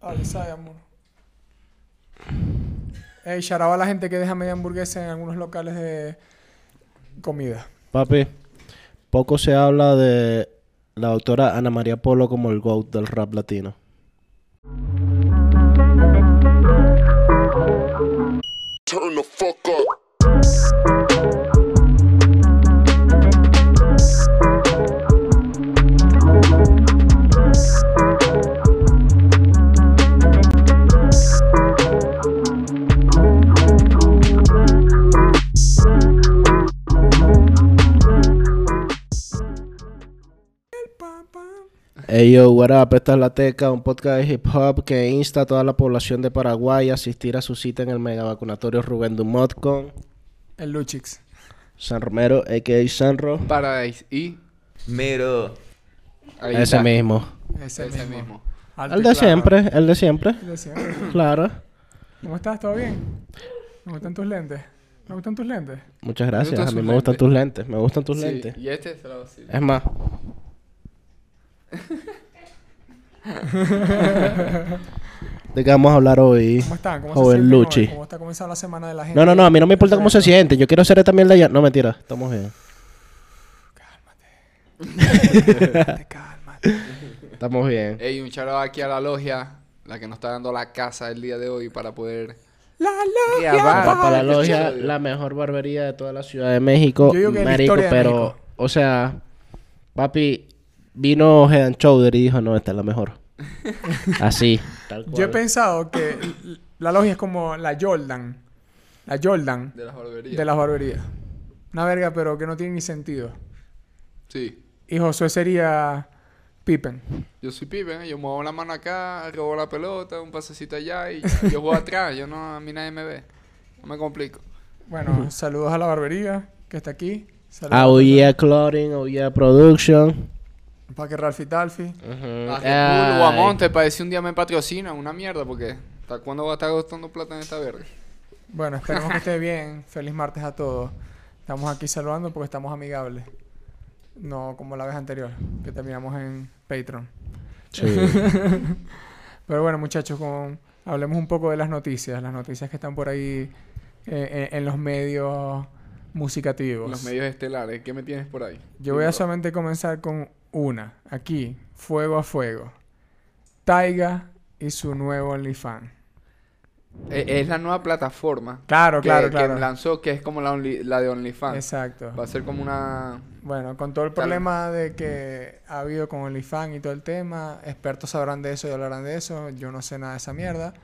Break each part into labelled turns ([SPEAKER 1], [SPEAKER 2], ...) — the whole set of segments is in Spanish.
[SPEAKER 1] Vale, sabe, amor. Eh, charaba a la gente que deja media hamburguesa en algunos locales de comida.
[SPEAKER 2] Papi, poco se habla de la doctora Ana María Polo como el GOAT del rap latino.
[SPEAKER 3] Turn the fuck up.
[SPEAKER 2] Ey yo, what up, esta es La Teca, un podcast de hip hop que insta a toda la población de Paraguay a asistir a su cita en el megavacunatorio Rubén Dumont con
[SPEAKER 1] El Luchix.
[SPEAKER 2] San Romero, a.k.a. Sanro.
[SPEAKER 4] Paradise y
[SPEAKER 5] Mero.
[SPEAKER 4] ahí
[SPEAKER 2] Ese
[SPEAKER 4] está.
[SPEAKER 2] mismo.
[SPEAKER 1] Ese,
[SPEAKER 4] Ese
[SPEAKER 1] mismo.
[SPEAKER 4] mismo.
[SPEAKER 1] Alto y
[SPEAKER 2] El de
[SPEAKER 1] claro.
[SPEAKER 2] siempre, el de siempre,
[SPEAKER 1] El de siempre.
[SPEAKER 2] claro.
[SPEAKER 1] ¿Cómo estás? ¿Todo bien? ¿Me gustan tus lentes? ¿Me gustan tus lentes?
[SPEAKER 2] Muchas gracias,
[SPEAKER 4] gustan
[SPEAKER 2] a mí
[SPEAKER 4] sus
[SPEAKER 2] me gustan
[SPEAKER 4] lentes.
[SPEAKER 2] tus lentes, me gustan tus
[SPEAKER 4] Sí,
[SPEAKER 2] lentes.
[SPEAKER 4] Y este se lo sí.
[SPEAKER 2] Es más, ¿de qué vamos a hablar hoy?
[SPEAKER 1] ¿Cómo están? ¿Cómo
[SPEAKER 2] Joven
[SPEAKER 1] sienten hoy?
[SPEAKER 2] Luchi.
[SPEAKER 1] ¿Cómo está comenzando la semana de la gente?
[SPEAKER 2] No, no, no, a mí no me importa cómo se
[SPEAKER 1] Perfecto.
[SPEAKER 2] siente, yo quiero hacer también la ya. No, mentira, estamos bien.
[SPEAKER 1] Cálmate, cálmate.
[SPEAKER 2] Estamos
[SPEAKER 1] Eh,
[SPEAKER 2] bien.
[SPEAKER 4] Ey, un charo aquí a la logia, la que nos está dando la casa el día de hoy para poder.
[SPEAKER 1] La logia.
[SPEAKER 4] Ya va.
[SPEAKER 2] Para, para la
[SPEAKER 4] qué
[SPEAKER 2] logia,
[SPEAKER 4] chido.
[SPEAKER 2] la mejor barbería de toda la Ciudad de México.
[SPEAKER 1] Yo digo que es la
[SPEAKER 2] Marico,
[SPEAKER 1] historia de
[SPEAKER 2] pero,
[SPEAKER 1] México.
[SPEAKER 2] o sea, papi, vino Head and Shoulder y dijo, no, esta es la mejor. Así, tal cual.
[SPEAKER 1] Yo he pensado que l- la logia es como la Jordan. La Jordan
[SPEAKER 4] De las barberías.
[SPEAKER 1] de las barberías. Una verga, pero que no tiene ni sentido.
[SPEAKER 4] Sí.
[SPEAKER 1] Y Josué sería Pippen.
[SPEAKER 4] Yo soy pibe, ¿eh? yo muevo la mano acá, robo la pelota, un pasecito allá y yo voy atrás. Yo no, a mí nadie me ve. No me complico.
[SPEAKER 1] Bueno, saludos a la barbería que está aquí. Saludos
[SPEAKER 2] Ah, oh yeah, Clothing, oh yeah, Production.
[SPEAKER 1] Para que Ralphie Talfi.
[SPEAKER 2] Ujú.
[SPEAKER 4] A Red Bull o a
[SPEAKER 2] Mm. Ay.
[SPEAKER 4] Monte, para decir un día me patrocina, una mierda, porque ¿hasta cuándo va a estar gastando plata en esta verga?
[SPEAKER 1] Bueno, esperemos que esté bien. Feliz martes a todos. Estamos aquí saludando porque estamos amigables. No como la vez anterior, que terminamos en Patreon.
[SPEAKER 2] Sí.
[SPEAKER 1] Pero bueno, muchachos, con... hablemos un poco de las noticias. Las noticias que están por ahí eh, en, en los medios musicativos.
[SPEAKER 4] Los medios estelares, ¿qué me tienes por ahí?
[SPEAKER 1] Yo voy a solamente comenzar con una. Aquí, fuego a fuego. Taiga y su nuevo OnlyFans.
[SPEAKER 4] Eh, Es, la nueva plataforma.
[SPEAKER 1] Claro,
[SPEAKER 4] que-
[SPEAKER 1] claro,
[SPEAKER 4] que
[SPEAKER 1] claro.
[SPEAKER 4] lanzó, que es como la, Only- la de OnlyFans.
[SPEAKER 1] Exacto.
[SPEAKER 4] Va a ser como una...
[SPEAKER 1] Bueno, con todo el
[SPEAKER 4] Tal-
[SPEAKER 1] problema de que ha habido con OnlyFans y todo el tema, expertos sabrán de eso y hablarán de eso. Yo no sé nada de esa mierda.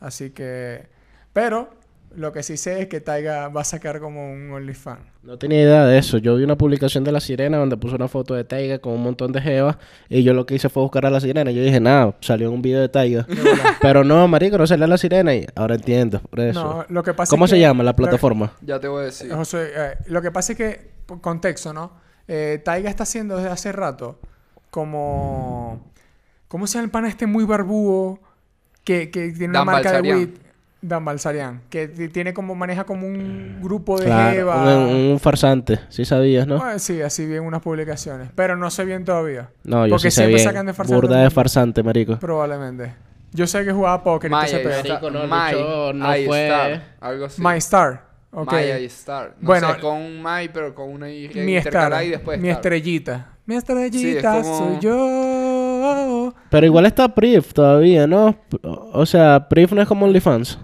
[SPEAKER 1] Así que. Pero lo que sí sé es que Taiga va a sacar como un OnlyFans.
[SPEAKER 2] No tenía idea de eso. Yo vi una publicación de La Sirena donde puso una foto de Taiga con un montón de jevas y yo lo que hice fue buscar a La Sirena. Yo dije, nada, salió un video de Taiga. Pero no, marico, no salió La Sirena y ahora entiendo por eso.
[SPEAKER 1] No, lo que pasa
[SPEAKER 2] ¿Cómo
[SPEAKER 1] es
[SPEAKER 2] se
[SPEAKER 1] que-
[SPEAKER 2] llama la
[SPEAKER 1] lo que-
[SPEAKER 2] plataforma?
[SPEAKER 4] Ya te voy a decir.
[SPEAKER 1] José, eh, lo que pasa es que, por contexto, ¿no? Eh, Taiga está haciendo desde hace rato como... ¿Cómo se llama el pana este muy barbúo que, que tiene una
[SPEAKER 4] Dan
[SPEAKER 1] marca
[SPEAKER 4] Balsarian.
[SPEAKER 1] de weed? Dan Balsarian. Que ti- tiene como... Maneja como un grupo de
[SPEAKER 2] Claro,
[SPEAKER 1] jeva.
[SPEAKER 2] un, un farsante. Sí sabías, ¿no?
[SPEAKER 1] Ah, sí, así vi en unas publicaciones. Pero no sé bien todavía.
[SPEAKER 2] No, yo
[SPEAKER 1] Porque
[SPEAKER 2] sí sé
[SPEAKER 1] siempre
[SPEAKER 2] bien.
[SPEAKER 1] sacan de farsante
[SPEAKER 2] Burda
[SPEAKER 1] un-
[SPEAKER 2] de farsante, marico.
[SPEAKER 1] Probablemente. Yo sé que jugaba póker y todo ese
[SPEAKER 4] Maya
[SPEAKER 1] pedo.
[SPEAKER 2] Marico, no, el
[SPEAKER 4] My,
[SPEAKER 2] bicho no
[SPEAKER 4] I
[SPEAKER 2] fue-
[SPEAKER 4] Star, algo así.
[SPEAKER 1] My Star. Ok.
[SPEAKER 4] Maya y Star. No
[SPEAKER 1] Bueno,
[SPEAKER 4] sé, con un My, pero con una Y
[SPEAKER 1] mi
[SPEAKER 4] eh, intercalada
[SPEAKER 1] star,
[SPEAKER 4] y después
[SPEAKER 1] mi
[SPEAKER 4] Star.
[SPEAKER 1] estrellita. Mi estrellita
[SPEAKER 4] como-
[SPEAKER 1] soy yo.
[SPEAKER 2] Pero igual está Priv todavía, ¿no? O sea, Priv no es como OnlyFans.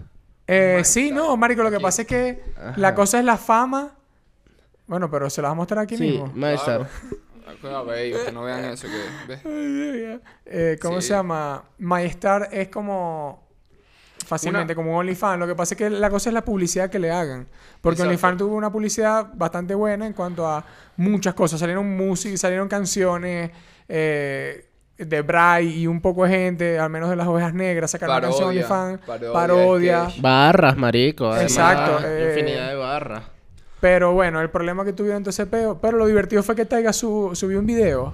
[SPEAKER 1] Eh, sí, no, marico, lo que pasa es que la cosa es la fama. Bueno, pero se la vas a mostrar aquí
[SPEAKER 2] Sí,
[SPEAKER 1] mismo.
[SPEAKER 2] Maestar.
[SPEAKER 4] Ah, ve, que no vean eso, que... ¿ves?
[SPEAKER 1] Eh, ¿Cómo
[SPEAKER 4] Sí.
[SPEAKER 1] se llama? MyStar es como... Fácilmente, como un OnlyFans. Lo que pasa es que la cosa es la publicidad que le hagan. Porque
[SPEAKER 4] Exacto.
[SPEAKER 1] OnlyFans tuvo una publicidad bastante buena en cuanto a muchas cosas. Salieron música, salieron canciones eh, de Bray y un poco de gente, al menos de las ovejas negras, sacaron una canción
[SPEAKER 4] Parodia,
[SPEAKER 1] OnlyFans, parodia.
[SPEAKER 4] parodia, sketch.
[SPEAKER 2] Barras, marico. además.
[SPEAKER 1] Exacto, eh.
[SPEAKER 2] Infinidad de barras.
[SPEAKER 1] Pero bueno, el problema que tuvieron entonces peo. Pero lo divertido fue que Taiga su- subió un video.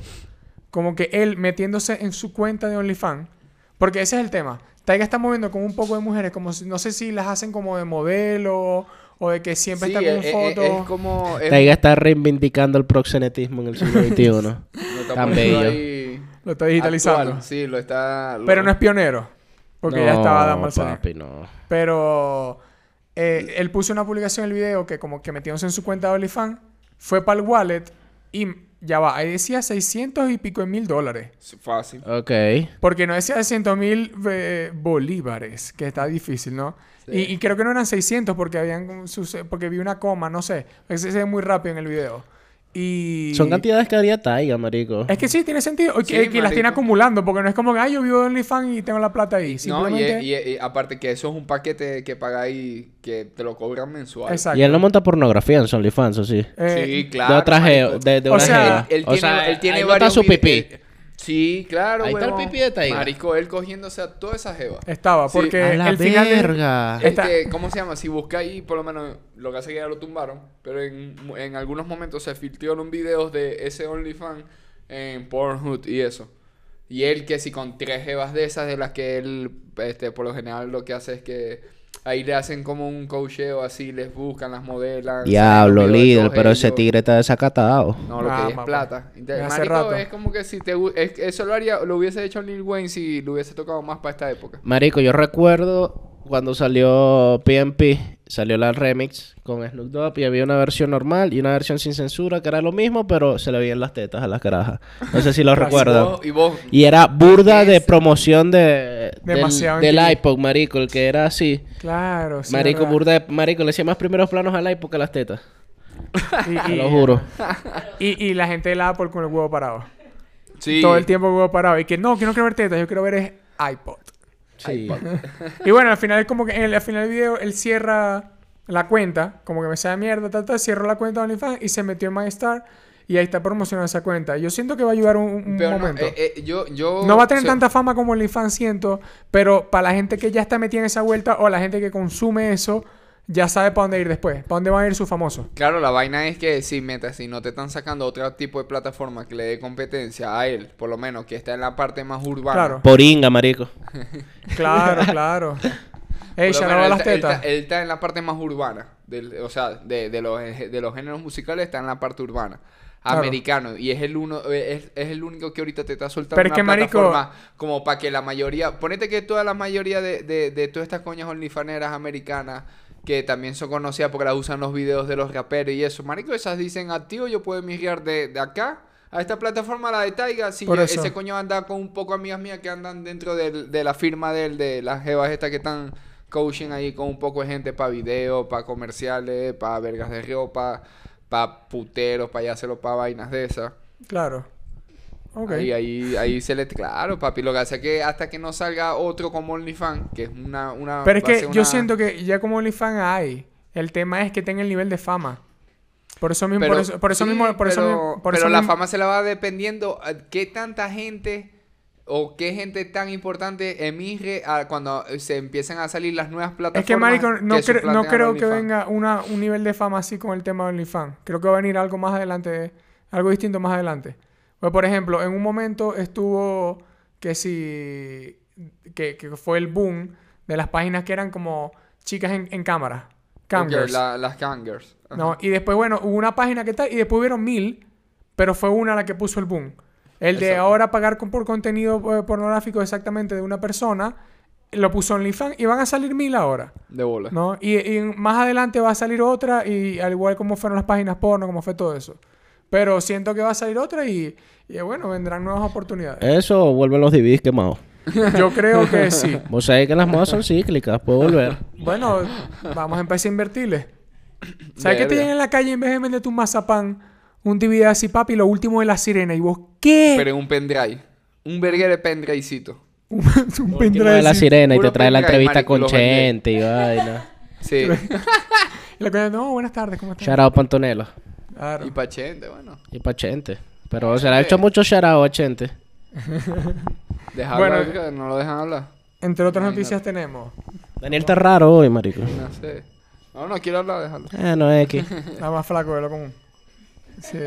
[SPEAKER 1] Como que él metiéndose en su cuenta de OnlyFans. Porque ese es el tema. Taiga está moviendo con un poco de mujeres. Como si- no sé si las hacen como de modelo. O de que siempre
[SPEAKER 4] Sí,
[SPEAKER 1] está con
[SPEAKER 4] es, es-
[SPEAKER 1] fotos.
[SPEAKER 4] es como... es-
[SPEAKER 2] Taiga está reivindicando el proxenetismo en el siglo XXI.
[SPEAKER 4] lo está
[SPEAKER 2] tan
[SPEAKER 4] poniendo
[SPEAKER 2] bello.
[SPEAKER 4] ahí
[SPEAKER 1] lo está digitalizando.
[SPEAKER 4] actual, Sí, lo está... lo-
[SPEAKER 1] Pero no es pionero. Porque ya estaba Adam Alzarena.
[SPEAKER 2] papi, no.
[SPEAKER 1] Pero eh, él puso una publicación en el video que como que metiéndose en su cuenta de OnlyFans, fue para el wallet y ya va, ahí decía 600 y pico de mil dólares.
[SPEAKER 4] Es Fácil.
[SPEAKER 2] Ok.
[SPEAKER 1] Porque no decía 600 mil eh, bolívares, que está difícil, ¿no? Y, y creo que no eran 600 porque habían como sus- porque vi una coma, no sé. Ese se ve muy rápido en el video. Y...
[SPEAKER 2] Son cantidades que haría Taiga, marico.
[SPEAKER 1] Es que sí, tiene sentido. Y que,
[SPEAKER 4] Sí,
[SPEAKER 1] que las tiene
[SPEAKER 4] marico.
[SPEAKER 1] acumulando, porque no es como que, ay, yo vivo de OnlyFans y tengo la plata ahí.
[SPEAKER 4] No, y,
[SPEAKER 1] Simplemente...
[SPEAKER 4] y- y aparte que eso es un paquete que pagáis que te lo cobran mensual.
[SPEAKER 1] Exacto.
[SPEAKER 2] Y él no monta pornografía en OnlyFans, ¿o sí?
[SPEAKER 1] Eh,
[SPEAKER 4] Sí, claro.
[SPEAKER 2] de otra
[SPEAKER 4] marico.
[SPEAKER 2] geo, de, de
[SPEAKER 1] O
[SPEAKER 2] una
[SPEAKER 1] sea,
[SPEAKER 2] jeva.
[SPEAKER 4] Él
[SPEAKER 2] O
[SPEAKER 4] tiene,
[SPEAKER 2] sea,
[SPEAKER 4] él tiene
[SPEAKER 2] ahí no está
[SPEAKER 4] varios
[SPEAKER 2] su
[SPEAKER 4] vide-
[SPEAKER 2] pipí.
[SPEAKER 4] eh, sí, claro,
[SPEAKER 2] Ahí está el
[SPEAKER 4] huevón.
[SPEAKER 2] pipí de Taiga.
[SPEAKER 4] Marico, él cogiéndose a toda esa jeva.
[SPEAKER 1] Estaba,
[SPEAKER 4] Sí.
[SPEAKER 1] porque
[SPEAKER 2] A la
[SPEAKER 1] el final... del-
[SPEAKER 2] verga.
[SPEAKER 1] Está-
[SPEAKER 4] Este, ¿Cómo se llama? Si buscáis, por lo menos, lo que hace que ya lo tumbaron, pero en, en algunos momentos se filtraron videos de ese OnlyFans en Pornhub y eso. Y él que si con tres jevas de esas, de las que él, este, por lo general lo que hace es que ahí le hacen como un cocheo así, les buscan, las modelan.
[SPEAKER 2] Diablo,
[SPEAKER 4] sacan videos de
[SPEAKER 2] líder,
[SPEAKER 4] todos
[SPEAKER 2] pero ese
[SPEAKER 4] ellos.
[SPEAKER 2] tigre está desacatado.
[SPEAKER 4] No, lo
[SPEAKER 1] Ah,
[SPEAKER 4] que es
[SPEAKER 1] papá.
[SPEAKER 4] plata. Entonces,
[SPEAKER 1] Hace
[SPEAKER 4] marico,
[SPEAKER 1] rato.
[SPEAKER 4] es como que si te... gu- es- eso lo haría, lo hubiese hecho Lil Wayne si lo hubiese tocado más para esta época.
[SPEAKER 2] Marico, yo recuerdo cuando salió PMP, salió la remix con Snoop Dogg y había una versión normal y una versión sin censura que era lo mismo, pero se le veían las tetas a las carajas. No sé si lo recuerdan.
[SPEAKER 4] Y vos... y vos-
[SPEAKER 2] Y era burda de promoción de, del-
[SPEAKER 1] Demasiado
[SPEAKER 2] del,
[SPEAKER 1] increíble.
[SPEAKER 2] iPod, marico, el que era así.
[SPEAKER 1] Claro, sí.
[SPEAKER 2] marico,
[SPEAKER 1] ¿verdad?
[SPEAKER 2] burda de- marico, le hacía más primeros planos al iPod que a las tetas.
[SPEAKER 1] Y-
[SPEAKER 2] Te
[SPEAKER 1] y-
[SPEAKER 2] lo juro.
[SPEAKER 1] Y, y la gente de la Apple con el huevo parado.
[SPEAKER 4] sí.
[SPEAKER 1] Todo el tiempo el huevo parado. Y que no, que no quiero ver tetas, yo quiero ver es iPod.
[SPEAKER 2] Sí.
[SPEAKER 1] Y bueno, al final es como que en el, al final del video él cierra la cuenta, como que me sale mierda, tal, tal, cierro la cuenta de OnlyFans y se metió en MyStar y ahí está promocionando esa cuenta. Yo siento que va a ayudar un, un
[SPEAKER 4] Pero
[SPEAKER 1] momento.
[SPEAKER 4] no, eh, eh, yo, yo...
[SPEAKER 1] No va a tener
[SPEAKER 4] so-
[SPEAKER 1] tanta fama como OnlyFans, siento, pero para la gente que ya está metida en esa vuelta o la gente que consume eso, ya sabe para dónde ir después, para dónde van a ir sus famosos.
[SPEAKER 4] Claro, la vaina es que si mientras si no te están sacando otro tipo de plataforma que le dé competencia a él, por lo menos que está en la parte más urbana.
[SPEAKER 1] Claro.
[SPEAKER 2] Poringa, marico.
[SPEAKER 1] Claro, claro. Ey,
[SPEAKER 4] Por lo
[SPEAKER 1] shout out
[SPEAKER 4] menos
[SPEAKER 1] a
[SPEAKER 4] él
[SPEAKER 1] las
[SPEAKER 4] está- él
[SPEAKER 1] tetas.
[SPEAKER 4] está- Él, está en la parte más urbana. del- o sea, de, de los, de los géneros musicales está en la parte urbana.
[SPEAKER 1] Claro.
[SPEAKER 4] Americano. Y es el uno, es, es el único que ahorita te está soltando
[SPEAKER 1] Pero es
[SPEAKER 4] una
[SPEAKER 1] que, marico-
[SPEAKER 4] plataforma como para que la mayoría. Ponete que toda la mayoría de, de, de todas estas coñas onlifaneras americanas que también son conocidas porque las usan los videos de los raperos y eso. Marico, esas dicen a tío, yo puedo migrar de, de acá. A esta plataforma, la de Taiga, si
[SPEAKER 1] Por
[SPEAKER 4] yo-
[SPEAKER 1] eso.
[SPEAKER 4] ese coño anda con un poco amigas mías que andan dentro del- de la firma del, de las jevas estas que están coaching ahí con un poco de gente para video, para comerciales, para vergas de ropa, para puteros, para hacerlo para vainas de esas.
[SPEAKER 1] Claro. Ok.
[SPEAKER 4] Ahí, ahí, ahí se le... Claro, papi, lo que hace es que hasta que no salga otro como OnlyFans, que es una... una
[SPEAKER 1] Pero es
[SPEAKER 4] va a
[SPEAKER 1] que
[SPEAKER 4] ser
[SPEAKER 1] yo
[SPEAKER 4] una-
[SPEAKER 1] siento que ya como OnlyFans hay, el tema es que tenga el nivel de fama. Por eso mismo, por
[SPEAKER 4] Pero-
[SPEAKER 1] eso, por eso
[SPEAKER 4] sí,
[SPEAKER 1] mismo, por eso
[SPEAKER 4] pero-
[SPEAKER 1] mismo- por
[SPEAKER 4] pero
[SPEAKER 1] eso
[SPEAKER 4] la
[SPEAKER 1] mismo-
[SPEAKER 4] fama se la va dependiendo a qué tanta gente o qué gente tan importante emigre a cuando se empiezan a salir las nuevas plataformas.
[SPEAKER 1] Es que, marico, no, cre-
[SPEAKER 4] suplanten
[SPEAKER 1] no
[SPEAKER 4] al
[SPEAKER 1] creo que
[SPEAKER 4] OnlyFans.
[SPEAKER 1] venga una, un nivel de fama así con el tema de OnlyFans. Creo que va a venir algo más adelante, algo distinto más adelante. Pues, por ejemplo, en un momento estuvo que si... Que, que fue el boom de las páginas que eran como chicas en, en cámara. Cam
[SPEAKER 4] Ok,
[SPEAKER 1] girls.
[SPEAKER 4] la- las ah, Cangers.
[SPEAKER 1] No, y después, bueno, hubo una página que tal, y después hubieron mil, pero fue una la que puso el boom. El de
[SPEAKER 4] Exacto.
[SPEAKER 1] ahora pagar con- por contenido eh, pornográfico exactamente de una persona, lo puso OnlyFans y van a salir mil ahora,
[SPEAKER 4] De bola.
[SPEAKER 1] ¿no? Y, y más adelante va a salir otra, y al igual como fueron las páginas porno, como fue todo eso. Pero siento que va a salir otra y, y, eh, bueno, vendrán nuevas oportunidades.
[SPEAKER 2] Eso vuelven los DVDs quemados.
[SPEAKER 1] Yo creo que sí.
[SPEAKER 2] Vos sabés que las modas son cíclicas, puede volver.
[SPEAKER 1] Bueno, vamos a empezar a invertirle. ¿Sabes que te
[SPEAKER 4] Verga.
[SPEAKER 1] llegan en la calle en vez de venderte un mazapán, un DVD así, papi, lo último de la sirena? Y vos, ¿qué?
[SPEAKER 4] Pero en un pendrive. Un verguero de pendrivecito.
[SPEAKER 1] un un
[SPEAKER 2] Último de la
[SPEAKER 1] pendrive.
[SPEAKER 2] sirena y
[SPEAKER 4] Puro
[SPEAKER 2] te trae la
[SPEAKER 4] pendrive,
[SPEAKER 2] entrevista
[SPEAKER 4] marico,
[SPEAKER 2] con
[SPEAKER 4] lo vendí.
[SPEAKER 2] gente y vaina.
[SPEAKER 4] Sí.
[SPEAKER 1] Y la coña, no, buenas tardes, ¿cómo estás?
[SPEAKER 2] Shout out Pantonelo.
[SPEAKER 1] Claro.
[SPEAKER 4] y pa' gente, bueno.
[SPEAKER 2] Y pa' Chente. Pero se le ha hecho mucho shout out a Chente.
[SPEAKER 4] Dejarlo
[SPEAKER 1] Bueno.
[SPEAKER 4] hablar, no lo dejan hablar.
[SPEAKER 1] Entre otras noticias tenemos.
[SPEAKER 2] Daniel está raro hoy, marico.
[SPEAKER 4] No sé. No, no quiero hablar, déjalo.
[SPEAKER 2] Ah, no es que.
[SPEAKER 1] Nada más flaco de lo común. Sí.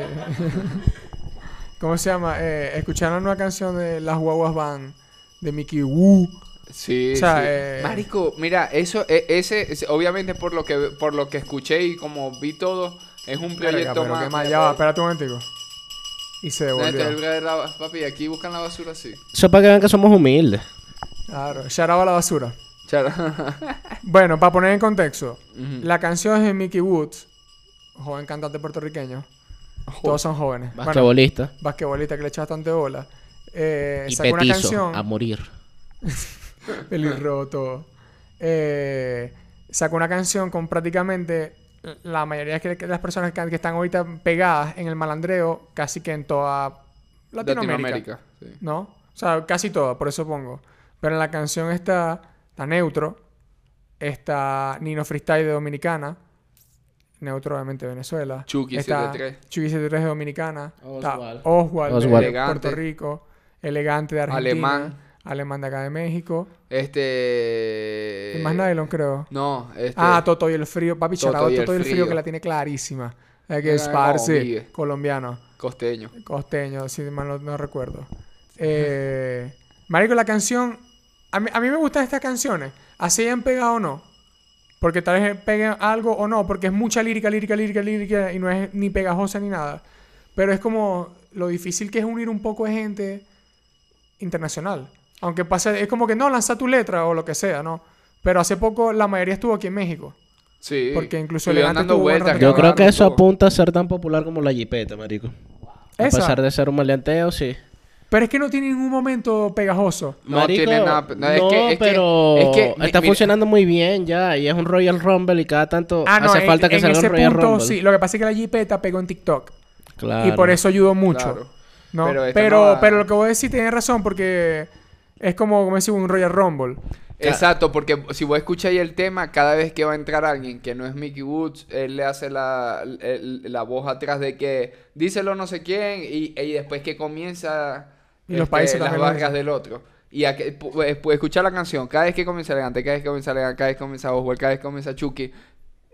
[SPEAKER 1] ¿Cómo se llama? Eh, Escucharon la nueva canción de Las Guaguas Van de Mickey Wu.
[SPEAKER 4] Sí,
[SPEAKER 1] O sea,
[SPEAKER 4] sí.
[SPEAKER 1] eh,
[SPEAKER 4] Marico, mira, eso, e- ese, ese- obviamente por lo que por lo que escuché y como vi todo, es un
[SPEAKER 1] Verga,
[SPEAKER 4] proyecto
[SPEAKER 1] pero qué
[SPEAKER 4] más.
[SPEAKER 1] más. Ya va, espérate un momentico. Y se
[SPEAKER 4] Neta, el
[SPEAKER 1] devolvió.
[SPEAKER 4] brother la- papi, aquí buscan la basura así.
[SPEAKER 2] Eso para que vean que somos humildes.
[SPEAKER 1] Claro, shout out a la basura.
[SPEAKER 4] Chara.
[SPEAKER 1] Bueno, para poner en contexto,
[SPEAKER 2] Mm.
[SPEAKER 4] Ujú.
[SPEAKER 1] la canción es de Mickey Woods, joven cantante puertorriqueño. Todos son jóvenes. Bueno,
[SPEAKER 2] Basquetbolista.
[SPEAKER 1] basquetbolista que le echa bastante bola. Eh,
[SPEAKER 2] y
[SPEAKER 1] sacó una
[SPEAKER 2] petizo
[SPEAKER 1] canción.
[SPEAKER 2] a morir.
[SPEAKER 1] pelirrojo todo. Eh, sacó una canción con prácticamente la mayoría que- que de las personas que, que están ahorita pegadas en el malandreo, casi que en toda Latinoamérica.
[SPEAKER 4] Latinoamérica. sí.
[SPEAKER 1] ¿No? O sea, casi toda, por eso pongo. Pero en la canción está, está Neutro, está Nino Freestyle de Dominicana, Neutro obviamente de Venezuela,
[SPEAKER 4] Chucky
[SPEAKER 1] está
[SPEAKER 4] 73.
[SPEAKER 1] Chucky 73 de Dominicana,
[SPEAKER 2] Oswald.
[SPEAKER 1] está Oswald,
[SPEAKER 2] Oswald.
[SPEAKER 1] de Puerto
[SPEAKER 4] Elegante.
[SPEAKER 1] Rico, Elegante de Argentina,
[SPEAKER 4] Alemán.
[SPEAKER 1] Alemán de acá de México.
[SPEAKER 4] Este.
[SPEAKER 1] Y más nylon, creo.
[SPEAKER 4] No, este.
[SPEAKER 1] Ah, Toto y el Frío. Papi,
[SPEAKER 4] Toto
[SPEAKER 1] charado
[SPEAKER 4] y el
[SPEAKER 1] Toto y el Frío,
[SPEAKER 4] Frío.
[SPEAKER 1] que la tiene clarísima. Eh, que
[SPEAKER 4] Ah,
[SPEAKER 1] es
[SPEAKER 4] no,
[SPEAKER 1] parce,
[SPEAKER 4] Miguel.
[SPEAKER 1] colombiano,
[SPEAKER 4] costeño.
[SPEAKER 1] costeño, si mal no, no recuerdo. Eh, Marico, la canción... A mí, a mí me gustan estas canciones. Así hayan pegado o no. Porque tal vez peguen algo o no. Porque es mucha lírica, lírica, lírica, lírica. Y no es ni pegajosa ni nada. Pero es como lo difícil que es unir un poco de gente internacional. Aunque pase, es como que no, lanza tu letra o lo que sea, ¿no? Pero hace poco la mayoría estuvo aquí en México.
[SPEAKER 4] Sí.
[SPEAKER 1] Porque incluso
[SPEAKER 4] Estuvieron
[SPEAKER 1] Elegante
[SPEAKER 4] dando
[SPEAKER 1] tuvo buen
[SPEAKER 4] vueltas.
[SPEAKER 1] rato.
[SPEAKER 2] Yo creo que
[SPEAKER 4] grabaron
[SPEAKER 2] eso
[SPEAKER 4] todo.
[SPEAKER 2] apunta a ser tan popular como la jipeta, marico. A
[SPEAKER 1] Esa.
[SPEAKER 2] pesar de ser un maleanteo, sí.
[SPEAKER 1] Pero es que no tiene ningún momento pegajoso.
[SPEAKER 4] No tiene nada. pe- No, es
[SPEAKER 2] no,
[SPEAKER 4] que, es que-
[SPEAKER 2] pero
[SPEAKER 4] es que, mi-
[SPEAKER 2] está
[SPEAKER 4] mira,
[SPEAKER 2] funcionando muy bien ya. Y es un Royal Rumble y cada tanto
[SPEAKER 1] Ah, no,
[SPEAKER 2] hace
[SPEAKER 1] en,
[SPEAKER 2] falta que
[SPEAKER 1] en
[SPEAKER 2] salga
[SPEAKER 1] ese
[SPEAKER 2] un Royal
[SPEAKER 1] punto
[SPEAKER 2] Rumble.
[SPEAKER 1] sí. Lo que pasa es que la jipeta pegó en TikTok.
[SPEAKER 2] Claro.
[SPEAKER 1] Y por eso ayudó mucho.
[SPEAKER 4] Claro.
[SPEAKER 1] ¿no?
[SPEAKER 4] Pero
[SPEAKER 1] Pero,
[SPEAKER 4] esta
[SPEAKER 1] pero,
[SPEAKER 4] no va-
[SPEAKER 1] lo que voy a decir tiene razón porque es como, como decir, un Royal Rumble.
[SPEAKER 4] Exacto, porque si vos escucháis el tema, cada vez que va a entrar alguien que no es Mickey Woods, él le hace la, el- la voz atrás de que díselo no sé quién y, y después que comienza este,
[SPEAKER 1] Y los países
[SPEAKER 4] las
[SPEAKER 1] también lo
[SPEAKER 4] barras
[SPEAKER 1] dicen.
[SPEAKER 4] del otro. Y a que- pu- eh, pu- escuchar la canción, cada vez que comienza elegante, cada vez que comienza elegante, cada vez que comienza Oswald, cada vez que comienza Chucky,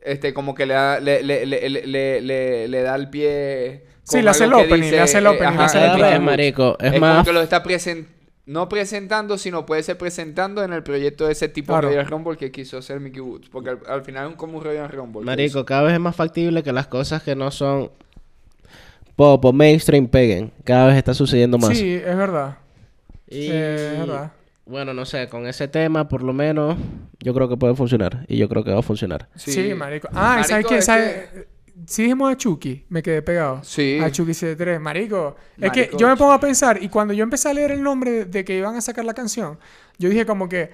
[SPEAKER 4] este como que le da, le, le, le, le, le, le- le da el pie.
[SPEAKER 1] Sí,
[SPEAKER 4] con
[SPEAKER 1] le hace
[SPEAKER 4] algo
[SPEAKER 1] el
[SPEAKER 4] que
[SPEAKER 1] opening, le hace el
[SPEAKER 4] eh,
[SPEAKER 1] opening, le
[SPEAKER 4] ajá,
[SPEAKER 1] hace
[SPEAKER 4] de
[SPEAKER 1] el
[SPEAKER 4] Mickey
[SPEAKER 2] opening.
[SPEAKER 4] Woods.
[SPEAKER 2] Marico, es
[SPEAKER 4] es como
[SPEAKER 2] más-
[SPEAKER 4] que lo está presen- no presentando, sino puede ser presentando en el proyecto de ese tipo
[SPEAKER 1] Claro.
[SPEAKER 4] Royal Rumble que quiso hacer Mickey Woods. Porque al, al final es un- como un Royal Rumble. pues. que hizo.
[SPEAKER 2] Marico, cada vez es más factible que las cosas que no son pop o mainstream peguen. Cada vez está sucediendo más.
[SPEAKER 1] Sí, es verdad.
[SPEAKER 2] Y,
[SPEAKER 1] Eh, es verdad.
[SPEAKER 2] Bueno, no sé, con ese tema, por lo menos, yo creo que puede funcionar. Y yo creo que va a funcionar.
[SPEAKER 1] Sí, marico. Ah, ¿y ¿sabes
[SPEAKER 4] Marico,
[SPEAKER 1] qué?
[SPEAKER 4] es
[SPEAKER 1] ¿Sabes? Sí dijimos a Chucky, me quedé pegado.
[SPEAKER 4] Sí.
[SPEAKER 1] A Chucky 73, marico. Es que
[SPEAKER 4] Marico,
[SPEAKER 1] yo me pongo a pensar, y cuando yo empecé a leer el nombre de que iban a sacar la canción, yo dije como que,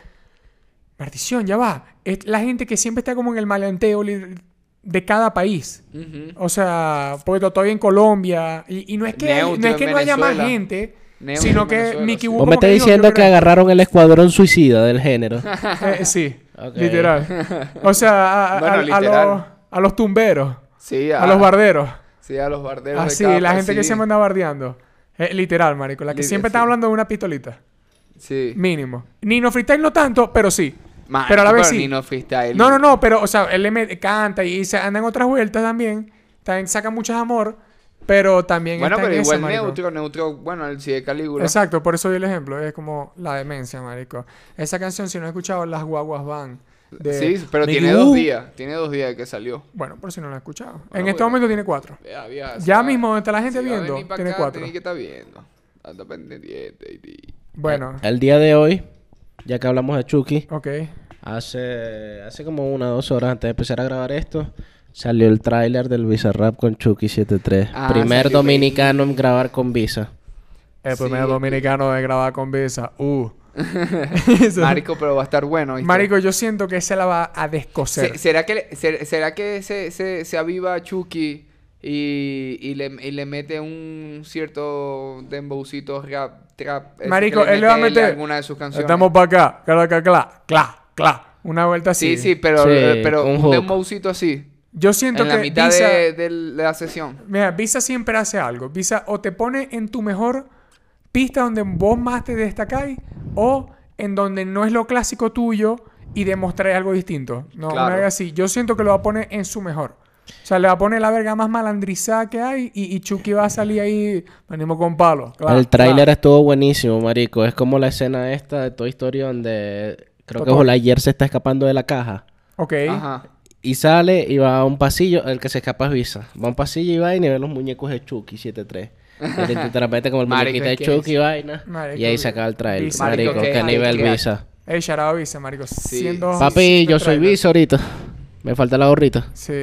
[SPEAKER 1] maldición, ya va. Es la gente que siempre está como en el maleanteo li- de cada país.
[SPEAKER 4] Ujú.
[SPEAKER 1] O sea, porque todavía en Colombia, y, y no es que, hay-
[SPEAKER 4] Neutro
[SPEAKER 1] no, es
[SPEAKER 4] en
[SPEAKER 1] que no haya más
[SPEAKER 4] Venezuela.
[SPEAKER 1] gente,
[SPEAKER 4] Neutro
[SPEAKER 1] sino
[SPEAKER 4] en
[SPEAKER 1] que
[SPEAKER 4] Venezuela,
[SPEAKER 1] Mickey
[SPEAKER 4] sí.
[SPEAKER 1] Wood
[SPEAKER 2] Vos me
[SPEAKER 1] como
[SPEAKER 2] estás
[SPEAKER 1] dijo,
[SPEAKER 2] diciendo
[SPEAKER 1] yo
[SPEAKER 2] que
[SPEAKER 1] creo-
[SPEAKER 2] agarraron el escuadrón suicida del género.
[SPEAKER 1] Eh, sí,
[SPEAKER 2] Ok.
[SPEAKER 1] literal. O sea, a, a-
[SPEAKER 4] Bueno,
[SPEAKER 1] a- a
[SPEAKER 4] literal.
[SPEAKER 1] los, a los tumberos,
[SPEAKER 4] Sí, a,
[SPEAKER 1] a los barderos.
[SPEAKER 4] sí, a los barderos. de
[SPEAKER 1] Así,
[SPEAKER 4] cada
[SPEAKER 1] la
[SPEAKER 4] país,
[SPEAKER 1] gente que
[SPEAKER 4] sí.
[SPEAKER 1] siempre anda bardeando. Eh, literal, marico. La que
[SPEAKER 4] Lite-
[SPEAKER 1] siempre está
[SPEAKER 4] sí.
[SPEAKER 1] hablando de una pistolita.
[SPEAKER 4] Sí.
[SPEAKER 1] Mínimo. Nino Freestyle no tanto, pero sí.
[SPEAKER 4] Marico,
[SPEAKER 1] pero a la vez sí.
[SPEAKER 4] ni no freestyle.
[SPEAKER 1] No, no, no, pero, o sea, él le met- canta y se anda en otras vueltas también. También saca muchas amor, pero también
[SPEAKER 4] Bueno,
[SPEAKER 1] está
[SPEAKER 4] pero
[SPEAKER 1] en esa,
[SPEAKER 4] igual
[SPEAKER 1] marico.
[SPEAKER 4] neutro, neutro. Bueno, el sí de Calígula.
[SPEAKER 1] Exacto, por eso doy el ejemplo. Es como la demencia, marico. Esa canción, si no he escuchado, Las Guaguas Van. de
[SPEAKER 4] Sí, pero
[SPEAKER 1] Nicky
[SPEAKER 4] tiene dos
[SPEAKER 1] Wu.
[SPEAKER 4] días. Tiene dos días de que salió.
[SPEAKER 1] Bueno, por si no la he escuchado. en
[SPEAKER 4] Bueno,
[SPEAKER 1] este
[SPEAKER 4] bueno.
[SPEAKER 1] momento tiene cuatro.
[SPEAKER 4] Vea, vea,
[SPEAKER 1] Ya
[SPEAKER 4] va-
[SPEAKER 1] mismo, donde está la gente
[SPEAKER 4] si va a
[SPEAKER 1] viendo,
[SPEAKER 4] venir pa'
[SPEAKER 1] tiene
[SPEAKER 4] acá,
[SPEAKER 1] cuatro.
[SPEAKER 4] tenés que estar viendo. Anda pendiente, y-
[SPEAKER 1] Bueno,
[SPEAKER 4] Eh,
[SPEAKER 2] El día de hoy, ya que hablamos de Chucky,
[SPEAKER 1] ok.
[SPEAKER 2] hace, hace como una o dos horas antes de empezar a grabar esto, salió el tráiler del Visa Rap con Chucky 73.
[SPEAKER 4] Ah,
[SPEAKER 2] Primer
[SPEAKER 4] salió
[SPEAKER 2] dominicano en grabar con Visa.
[SPEAKER 1] El
[SPEAKER 4] Sí,
[SPEAKER 1] primer
[SPEAKER 4] ok.
[SPEAKER 1] dominicano de grabar con Visa. Uh.
[SPEAKER 4] Marico, pero va a estar bueno. ¿viste?
[SPEAKER 1] Marico, yo siento que se la va a
[SPEAKER 4] Se-
[SPEAKER 1] descoser.
[SPEAKER 4] ¿Será que, le- ser- será que se, se, se aviva a Chucky y, y, le, y le mete un cierto demboncito rap, trap? ese que
[SPEAKER 1] Marico, él le va a
[SPEAKER 4] mete
[SPEAKER 1] meter.
[SPEAKER 4] alguna de sus canciones.
[SPEAKER 1] Estamos para acá. Cla, cla, cla, cla, cla. Una vuelta así.
[SPEAKER 4] Sí, sí, pero,
[SPEAKER 2] Sí,
[SPEAKER 4] eh, pero
[SPEAKER 2] un
[SPEAKER 4] un,
[SPEAKER 2] hook.
[SPEAKER 4] demboncito así.
[SPEAKER 1] Yo siento
[SPEAKER 4] en la
[SPEAKER 1] que
[SPEAKER 4] mitad
[SPEAKER 1] Visa.
[SPEAKER 4] de, del- de la sesión.
[SPEAKER 1] Mira, Visa siempre hace algo. Visa o te pone en tu mejor pista donde vos más te destacáis o en donde no es lo clásico tuyo y demostráis algo distinto. No, una
[SPEAKER 4] Claro.
[SPEAKER 1] verga así. Yo siento que lo va a poner en su mejor. O sea, le va a poner la verga más malandrizada que hay y, y Chucky va a salir ahí, venimos con palo. Claro,
[SPEAKER 2] el tráiler estuvo buenísimo, marico. Es como la escena esta de Toy Story donde creo que
[SPEAKER 1] Total.
[SPEAKER 2] Jolayer se está escapando de la caja.
[SPEAKER 1] Ok.
[SPEAKER 4] Ajá.
[SPEAKER 2] Y sale y va a un pasillo, el que se escapa es Visa. Va a un pasillo y va y ve los muñecos de Chucky 73. Y te- te transmite como el
[SPEAKER 4] Marico,
[SPEAKER 2] muñequito de
[SPEAKER 4] ¿qué
[SPEAKER 2] Chucky
[SPEAKER 4] es?
[SPEAKER 2] vaina.
[SPEAKER 1] Marico,
[SPEAKER 2] y ahí se acaba el trailer.
[SPEAKER 1] Visa.
[SPEAKER 2] Marico,
[SPEAKER 4] Marico,
[SPEAKER 2] qué
[SPEAKER 4] ¿qué?
[SPEAKER 2] nivel
[SPEAKER 4] Marico, ¿qué?
[SPEAKER 2] Visa.
[SPEAKER 1] Ey, Sharado Visa, marico.
[SPEAKER 4] Sí.
[SPEAKER 1] 102
[SPEAKER 2] Papi, yo
[SPEAKER 1] de
[SPEAKER 2] soy
[SPEAKER 1] trailer.
[SPEAKER 2] vice ahorita. Me falta la gorrita.
[SPEAKER 1] Sí.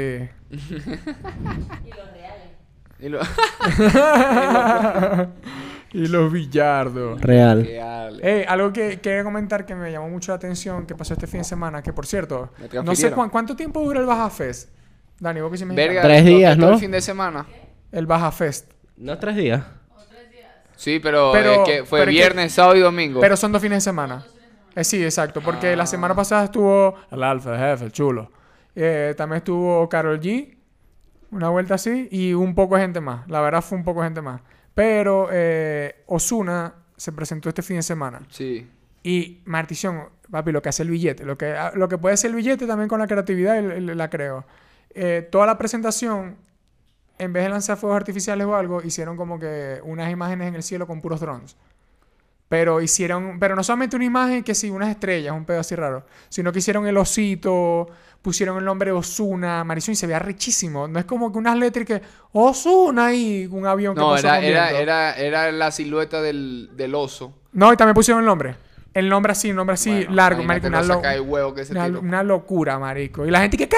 [SPEAKER 4] Y lo...
[SPEAKER 1] y los billardos.
[SPEAKER 2] Real.
[SPEAKER 4] Qué ale.
[SPEAKER 1] Ey, Eh, algo que quería comentar que me llamó mucho la atención que pasó este fin de semana, que por cierto,
[SPEAKER 4] Me
[SPEAKER 1] no sé
[SPEAKER 4] transfirieron.
[SPEAKER 1] cuán- cuánto tiempo dura el Baja Fest. Dani, vos que sí me
[SPEAKER 4] Verga,
[SPEAKER 2] Tres
[SPEAKER 4] lo-
[SPEAKER 2] días,
[SPEAKER 4] todo
[SPEAKER 2] ¿no?
[SPEAKER 4] El fin de semana.
[SPEAKER 1] El Baja Fest.
[SPEAKER 2] No tres días.
[SPEAKER 4] Sí, pero,
[SPEAKER 1] Pero-
[SPEAKER 4] eh, que fue
[SPEAKER 1] pero que-
[SPEAKER 4] viernes, sábado y domingo.
[SPEAKER 1] Pero son dos fines de semana. Eh, sí, exacto, porque
[SPEAKER 4] Ah.
[SPEAKER 1] la semana pasada estuvo el Alfa, el Jefe, el Chulo. Eh, también estuvo Carol G, una vuelta así, y un poco de gente más. La verdad fue un poco de gente más. Pero eh, Osuna se presentó este fin de semana.
[SPEAKER 4] Sí.
[SPEAKER 1] Y Martición, papi, lo que hace el billete, lo que, ah, lo que puede hacer el billete también con la creatividad, el- el- la creo. Eh, toda la presentación, en vez de lanzar fuegos artificiales o algo, hicieron como que unas imágenes en el cielo con puros drones. Pero hicieron, pero no solamente una imagen que sí, unas estrellas, un pedo así raro, sino que hicieron el osito, pusieron el nombre Osuna, Marisol, y se veía richísimo. No es como que unas letras que Osuna y un avión que
[SPEAKER 4] No,
[SPEAKER 1] pasó
[SPEAKER 4] era,
[SPEAKER 1] con
[SPEAKER 4] era,
[SPEAKER 1] viento.
[SPEAKER 4] era, era la silueta del, del oso.
[SPEAKER 1] No, y también pusieron el nombre. El nombre así, el nombre así,
[SPEAKER 4] Bueno,
[SPEAKER 1] largo, marico.
[SPEAKER 4] imagínate
[SPEAKER 1] Una,
[SPEAKER 4] lo
[SPEAKER 1] lo-
[SPEAKER 4] saca de huevo que ese
[SPEAKER 1] una-
[SPEAKER 4] tipo.
[SPEAKER 1] una locura, marico. Y la gente que, ¿qué?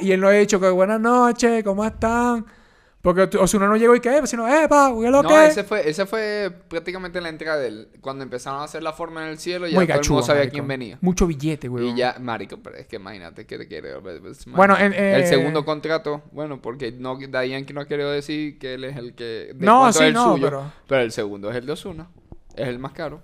[SPEAKER 1] Y él no ha dicho que, buenas noches, ¿cómo están? Porque tú- Ozuna no llegó y que, sino, ¡epa! ¿Qué lo
[SPEAKER 4] No,
[SPEAKER 1] que?
[SPEAKER 4] ese fue, ese fue prácticamente la entrada de él. Cuando empezaron a hacer la forma en el cielo, ya
[SPEAKER 1] Muy
[SPEAKER 4] todo el
[SPEAKER 1] gachudo,
[SPEAKER 4] mundo sabía
[SPEAKER 1] marico.
[SPEAKER 4] quién venía.
[SPEAKER 1] Mucho billete, güey.
[SPEAKER 4] Y ya, marico, pero es que imagínate que te quiere. pues, pues,
[SPEAKER 1] Bueno,
[SPEAKER 4] imagínate.
[SPEAKER 1] en- eh,
[SPEAKER 4] el segundo contrato, bueno, porque no, Dayan que no quiere decir que él es el que. de
[SPEAKER 1] No,
[SPEAKER 4] cuánto
[SPEAKER 1] sí,
[SPEAKER 4] es el
[SPEAKER 1] no,
[SPEAKER 4] suyo,
[SPEAKER 1] pero- eh,
[SPEAKER 4] el segundo es el de Osuna. Es el más caro.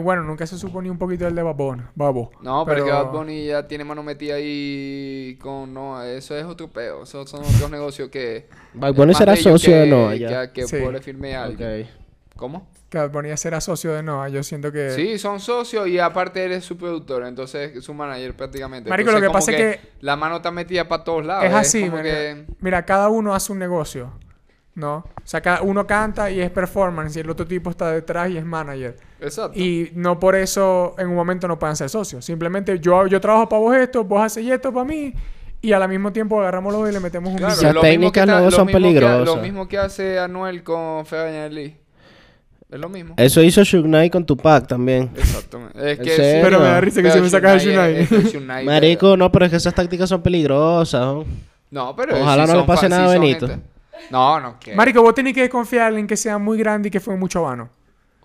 [SPEAKER 1] Bueno, nunca se suponía un poquito el de Babón. Babo.
[SPEAKER 4] No, pero, que Bad Bunny ya tiene mano metida ahí con no, eso es otro peo, eso son otros negocios que
[SPEAKER 2] Bad
[SPEAKER 4] es
[SPEAKER 2] Bunny
[SPEAKER 4] más
[SPEAKER 2] será
[SPEAKER 4] de ellos
[SPEAKER 2] socio de
[SPEAKER 4] que-
[SPEAKER 2] Noah ya.
[SPEAKER 4] Que, que
[SPEAKER 1] Sí.
[SPEAKER 4] pobre firme a alguien. ¿Cómo?
[SPEAKER 1] Que Bad Bunny será socio de Noah. Yo siento que.
[SPEAKER 4] Sí, son socios y aparte eres su productor, entonces su manager prácticamente.
[SPEAKER 1] Marico, lo
[SPEAKER 4] Entonces,
[SPEAKER 1] que
[SPEAKER 4] como
[SPEAKER 1] pasa es
[SPEAKER 4] la mano está metida para todos lados.
[SPEAKER 1] Es así,
[SPEAKER 4] ah, como
[SPEAKER 1] mira,
[SPEAKER 4] que
[SPEAKER 1] mira, cada uno hace un negocio, ¿no? O sea, cada uno canta y es performance y el otro tipo está detrás y es manager.
[SPEAKER 4] exacto.
[SPEAKER 1] Y no por eso en un momento no puedan ser socios. Simplemente yo, yo trabajo para vos esto, vos haces esto para mí y al mismo tiempo agarramos los dos y le metemos un
[SPEAKER 4] Claro,
[SPEAKER 1] billete.
[SPEAKER 2] Esas
[SPEAKER 4] lo mismo
[SPEAKER 2] técnicas
[SPEAKER 4] que
[SPEAKER 2] no
[SPEAKER 4] lo
[SPEAKER 2] son
[SPEAKER 4] mismo que-
[SPEAKER 2] peligrosas.
[SPEAKER 4] lo mismo que hace Anuel con Fea Lee. Es lo mismo.
[SPEAKER 2] Eso hizo Shug Knight con Tupac también.
[SPEAKER 4] Exacto. Es
[SPEAKER 2] Eh. ¿En
[SPEAKER 4] que sí,
[SPEAKER 2] serio?
[SPEAKER 1] Pero me da
[SPEAKER 2] Pero
[SPEAKER 1] risa que
[SPEAKER 4] Feo
[SPEAKER 1] si me sacas el
[SPEAKER 4] Shunai es-
[SPEAKER 1] Shunai.
[SPEAKER 4] es Shunai,
[SPEAKER 2] Marico, no, pero es que esas tácticas son peligrosas. ¿no?
[SPEAKER 4] No, pero
[SPEAKER 2] Ojalá
[SPEAKER 4] sí
[SPEAKER 2] no le
[SPEAKER 4] son
[SPEAKER 2] pase
[SPEAKER 4] fa-
[SPEAKER 2] nada a
[SPEAKER 4] sí son
[SPEAKER 2] Benito.
[SPEAKER 4] gente- No, no, que.
[SPEAKER 1] Marico, vos tenés que confiar en que sea muy grande y que fue mucho habano.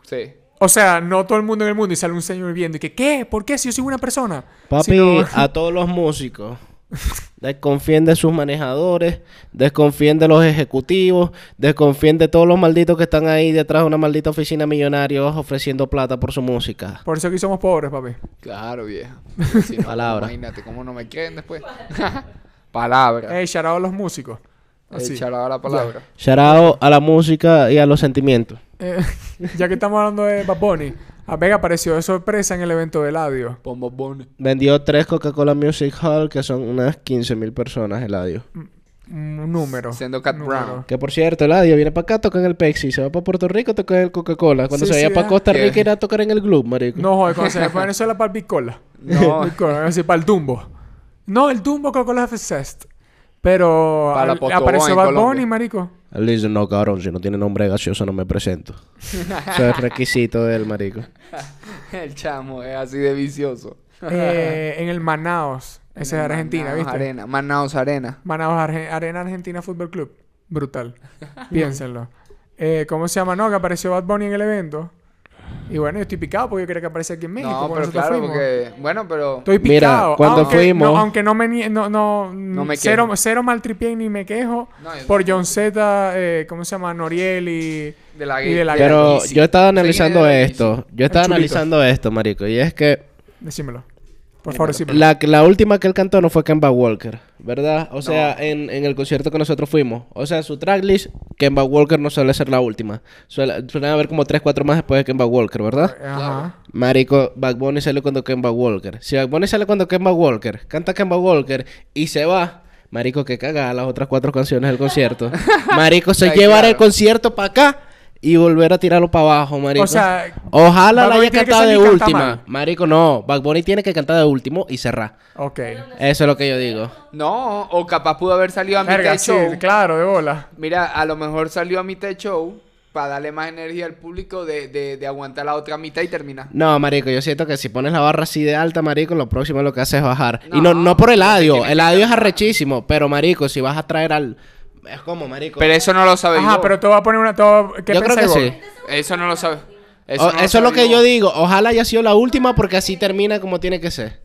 [SPEAKER 4] Sí.
[SPEAKER 1] O sea, no todo el mundo en el mundo y sale un señor viendo y que, ¿qué? ¿Por qué? Si yo soy una persona.
[SPEAKER 2] Papi,
[SPEAKER 1] Sino-
[SPEAKER 2] a todos los músicos. Desconfíen de sus manejadores, desconfíen de los ejecutivos, desconfíen de todos los malditos que están ahí detrás de una maldita oficina millonaria ofreciendo plata por su música.
[SPEAKER 1] Por eso aquí somos pobres, papi.
[SPEAKER 4] Claro, vieja. Porque si no,
[SPEAKER 2] Palabra.
[SPEAKER 4] Imagínate cómo no me creen después. palabra.
[SPEAKER 1] Ey, shout out a los músicos. Así.
[SPEAKER 4] Echar ahora la palabra.
[SPEAKER 2] Charao a la música y a los sentimientos.
[SPEAKER 1] Eh, ya que estamos hablando de Bad Bunny, a Vega apareció de sorpresa en el evento de Eladio.
[SPEAKER 4] Pombo Bonnie.
[SPEAKER 2] Vendió tres Coca-Cola Music Hall, que son unas 15 mil personas, Eladio.
[SPEAKER 1] Mm. Un número.
[SPEAKER 4] Siendo Cat
[SPEAKER 1] número.
[SPEAKER 4] Brown.
[SPEAKER 2] Que por cierto, Eladio viene para acá, toca en el Pepsi. Se va para Puerto Rico, toca en el Coca-Cola. Cuando
[SPEAKER 1] Sí,
[SPEAKER 2] se vaya
[SPEAKER 1] sí,
[SPEAKER 2] para
[SPEAKER 1] ah.
[SPEAKER 2] Costa
[SPEAKER 4] Que-
[SPEAKER 2] Rica, irá a tocar en el club, marico.
[SPEAKER 1] No, joder, cuando se fue a Venezuela para el Bicola.
[SPEAKER 4] No.
[SPEAKER 1] Bicola, es decir, para el Dumbo. No, el Dumbo Coca-Cola Fest. Pero
[SPEAKER 4] Para
[SPEAKER 1] al-
[SPEAKER 4] Potobón
[SPEAKER 1] apareció
[SPEAKER 4] en
[SPEAKER 1] Bad
[SPEAKER 4] Colombia.
[SPEAKER 1] Bunny, marico.
[SPEAKER 2] Él dice, no, cabrón, si no tiene nombre gaseoso no me presento. Eso es requisito del marico.
[SPEAKER 4] El chamo es así de vicioso.
[SPEAKER 1] Eh, en el Manaos. Ese es de Argentina,
[SPEAKER 4] Manaos
[SPEAKER 1] ¿viste?
[SPEAKER 4] Arena. Manaos Arena.
[SPEAKER 1] Manaos Arge- Arena Argentina Fútbol Club. Brutal. Piénsenlo. Eh, ¿Cómo se llama? No, que apareció Bad Bunny en el evento. Y bueno, yo estoy picado porque yo quería que apareciera aquí en México.
[SPEAKER 4] No,
[SPEAKER 1] cuando
[SPEAKER 4] pero
[SPEAKER 1] nosotros
[SPEAKER 4] claro,
[SPEAKER 1] fuimos.
[SPEAKER 4] porque. Bueno, pero.
[SPEAKER 1] Estoy
[SPEAKER 2] Mira,
[SPEAKER 1] picado.
[SPEAKER 2] cuando
[SPEAKER 1] aunque,
[SPEAKER 2] fuimos-
[SPEAKER 1] No, aunque no me... nie- No, no, no
[SPEAKER 4] me
[SPEAKER 1] cero,
[SPEAKER 4] quejo.
[SPEAKER 1] cero maltripié ni me quejo
[SPEAKER 4] No, yo
[SPEAKER 1] por
[SPEAKER 4] tampoco.
[SPEAKER 1] John Z, eh, ¿cómo se llama? Noriel y...
[SPEAKER 4] De la
[SPEAKER 1] y de la-
[SPEAKER 2] Pero
[SPEAKER 4] Easy.
[SPEAKER 2] yo estaba
[SPEAKER 4] Sé quién es
[SPEAKER 2] analizando
[SPEAKER 4] de la Easy.
[SPEAKER 2] esto. Yo estaba
[SPEAKER 1] chulito.
[SPEAKER 2] analizando esto, marico. Y es que
[SPEAKER 1] Decímelo. Por favor, decímelo.
[SPEAKER 2] la, la última que él cantó no fue Kemba Walker, ¿verdad? O sea, en, en el concierto que nosotros fuimos. O sea, en su tracklist, Kemba Walker no suele ser la última. Suele, suelen haber como 3, 4 más después de Kemba Walker, ¿verdad?
[SPEAKER 1] Ajá.
[SPEAKER 2] Marico, Bad Bunny sale cuando Kemba Walker. Si Bad Bunny sale cuando Kemba Walker, canta Kemba Walker y se va. Marico, que caga las otras cuatro canciones del concierto. Marico, se
[SPEAKER 4] Ay,
[SPEAKER 2] llevará el
[SPEAKER 4] claro.
[SPEAKER 2] concierto para acá y volver a tirarlo para abajo, marico.
[SPEAKER 1] O sea,
[SPEAKER 2] ojalá
[SPEAKER 1] Bad
[SPEAKER 2] la
[SPEAKER 1] Bunny tiene
[SPEAKER 2] haya
[SPEAKER 1] que
[SPEAKER 2] cantado de
[SPEAKER 1] salir y cantar
[SPEAKER 2] última.
[SPEAKER 1] mal.
[SPEAKER 2] Marico, no. Bad Bunny tiene que cantar de último y cerrar.
[SPEAKER 1] Ok.
[SPEAKER 2] Eso es lo que yo digo.
[SPEAKER 4] No, o capaz pudo haber salido a mitad
[SPEAKER 1] Verga,
[SPEAKER 4] de
[SPEAKER 1] sí,
[SPEAKER 4] show.
[SPEAKER 1] claro, de bola.
[SPEAKER 4] Mira, a lo mejor salió a mitad de show para darle más energía al público de, de, de aguantar la otra mitad y terminar.
[SPEAKER 2] No, marico, yo siento que si pones la barra así de alta, marico, lo próximo lo que hace es bajar. y
[SPEAKER 4] No,
[SPEAKER 2] no, no por el
[SPEAKER 4] pero
[SPEAKER 2] adio.
[SPEAKER 4] tiene
[SPEAKER 2] El
[SPEAKER 4] que
[SPEAKER 2] adio es
[SPEAKER 4] bajar.
[SPEAKER 2] arrechísimo. Pero, marico, si vas a traer al... Es como, marico.
[SPEAKER 4] Pero eso no lo sabe
[SPEAKER 1] Ajá,
[SPEAKER 4] Igor.
[SPEAKER 1] pero te voy a poner una. te voy a- ¿Qué
[SPEAKER 2] yo creo que
[SPEAKER 1] pensáis
[SPEAKER 2] sí.
[SPEAKER 1] vos?
[SPEAKER 4] Eso no lo sabe.
[SPEAKER 2] O- Oh, Eso,
[SPEAKER 4] no
[SPEAKER 2] es lo
[SPEAKER 4] sabe
[SPEAKER 2] que yo
[SPEAKER 4] Igor.
[SPEAKER 2] digo. Ojalá haya sido la última porque así termina como tiene que ser.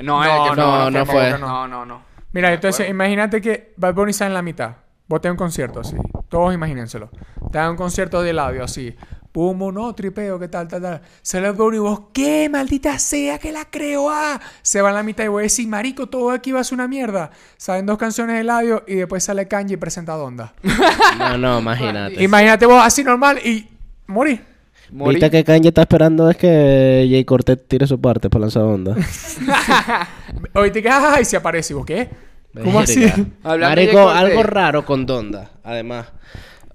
[SPEAKER 4] No, es
[SPEAKER 2] no,
[SPEAKER 4] que no,
[SPEAKER 2] no fue.
[SPEAKER 4] fue, no, No, no, no.
[SPEAKER 1] Mira,
[SPEAKER 4] De
[SPEAKER 1] entonces
[SPEAKER 4] acuerdo.
[SPEAKER 1] imagínate que Bad Bunny está en la mitad. Botea un concierto así. Todos imagínenselo. Te dan un concierto de labio así. Pum, no, tripeo, qué tal, tal, tal. Sale Bad Bunny y vos, ¿qué? Maldita sea que la creo, ah. Se va en la mitad y voy a decir, marico, todo aquí va a ser una mierda. Salen dos canciones de labio y después sale Kanye y presenta Donda.
[SPEAKER 2] No, no, imagínate.
[SPEAKER 1] imagínate vos así normal y morí.
[SPEAKER 4] Morí.
[SPEAKER 2] Ahorita que Kanye está esperando es que Jay Cortez tire su parte para lanzar onda.
[SPEAKER 1] Hoy te quedas, ay, se aparece. ¿Y vos qué? ¿Cómo así?
[SPEAKER 2] Verga.
[SPEAKER 4] Hablando de
[SPEAKER 2] Marico,
[SPEAKER 4] Jay Cortez.
[SPEAKER 2] algo raro con Donda, además.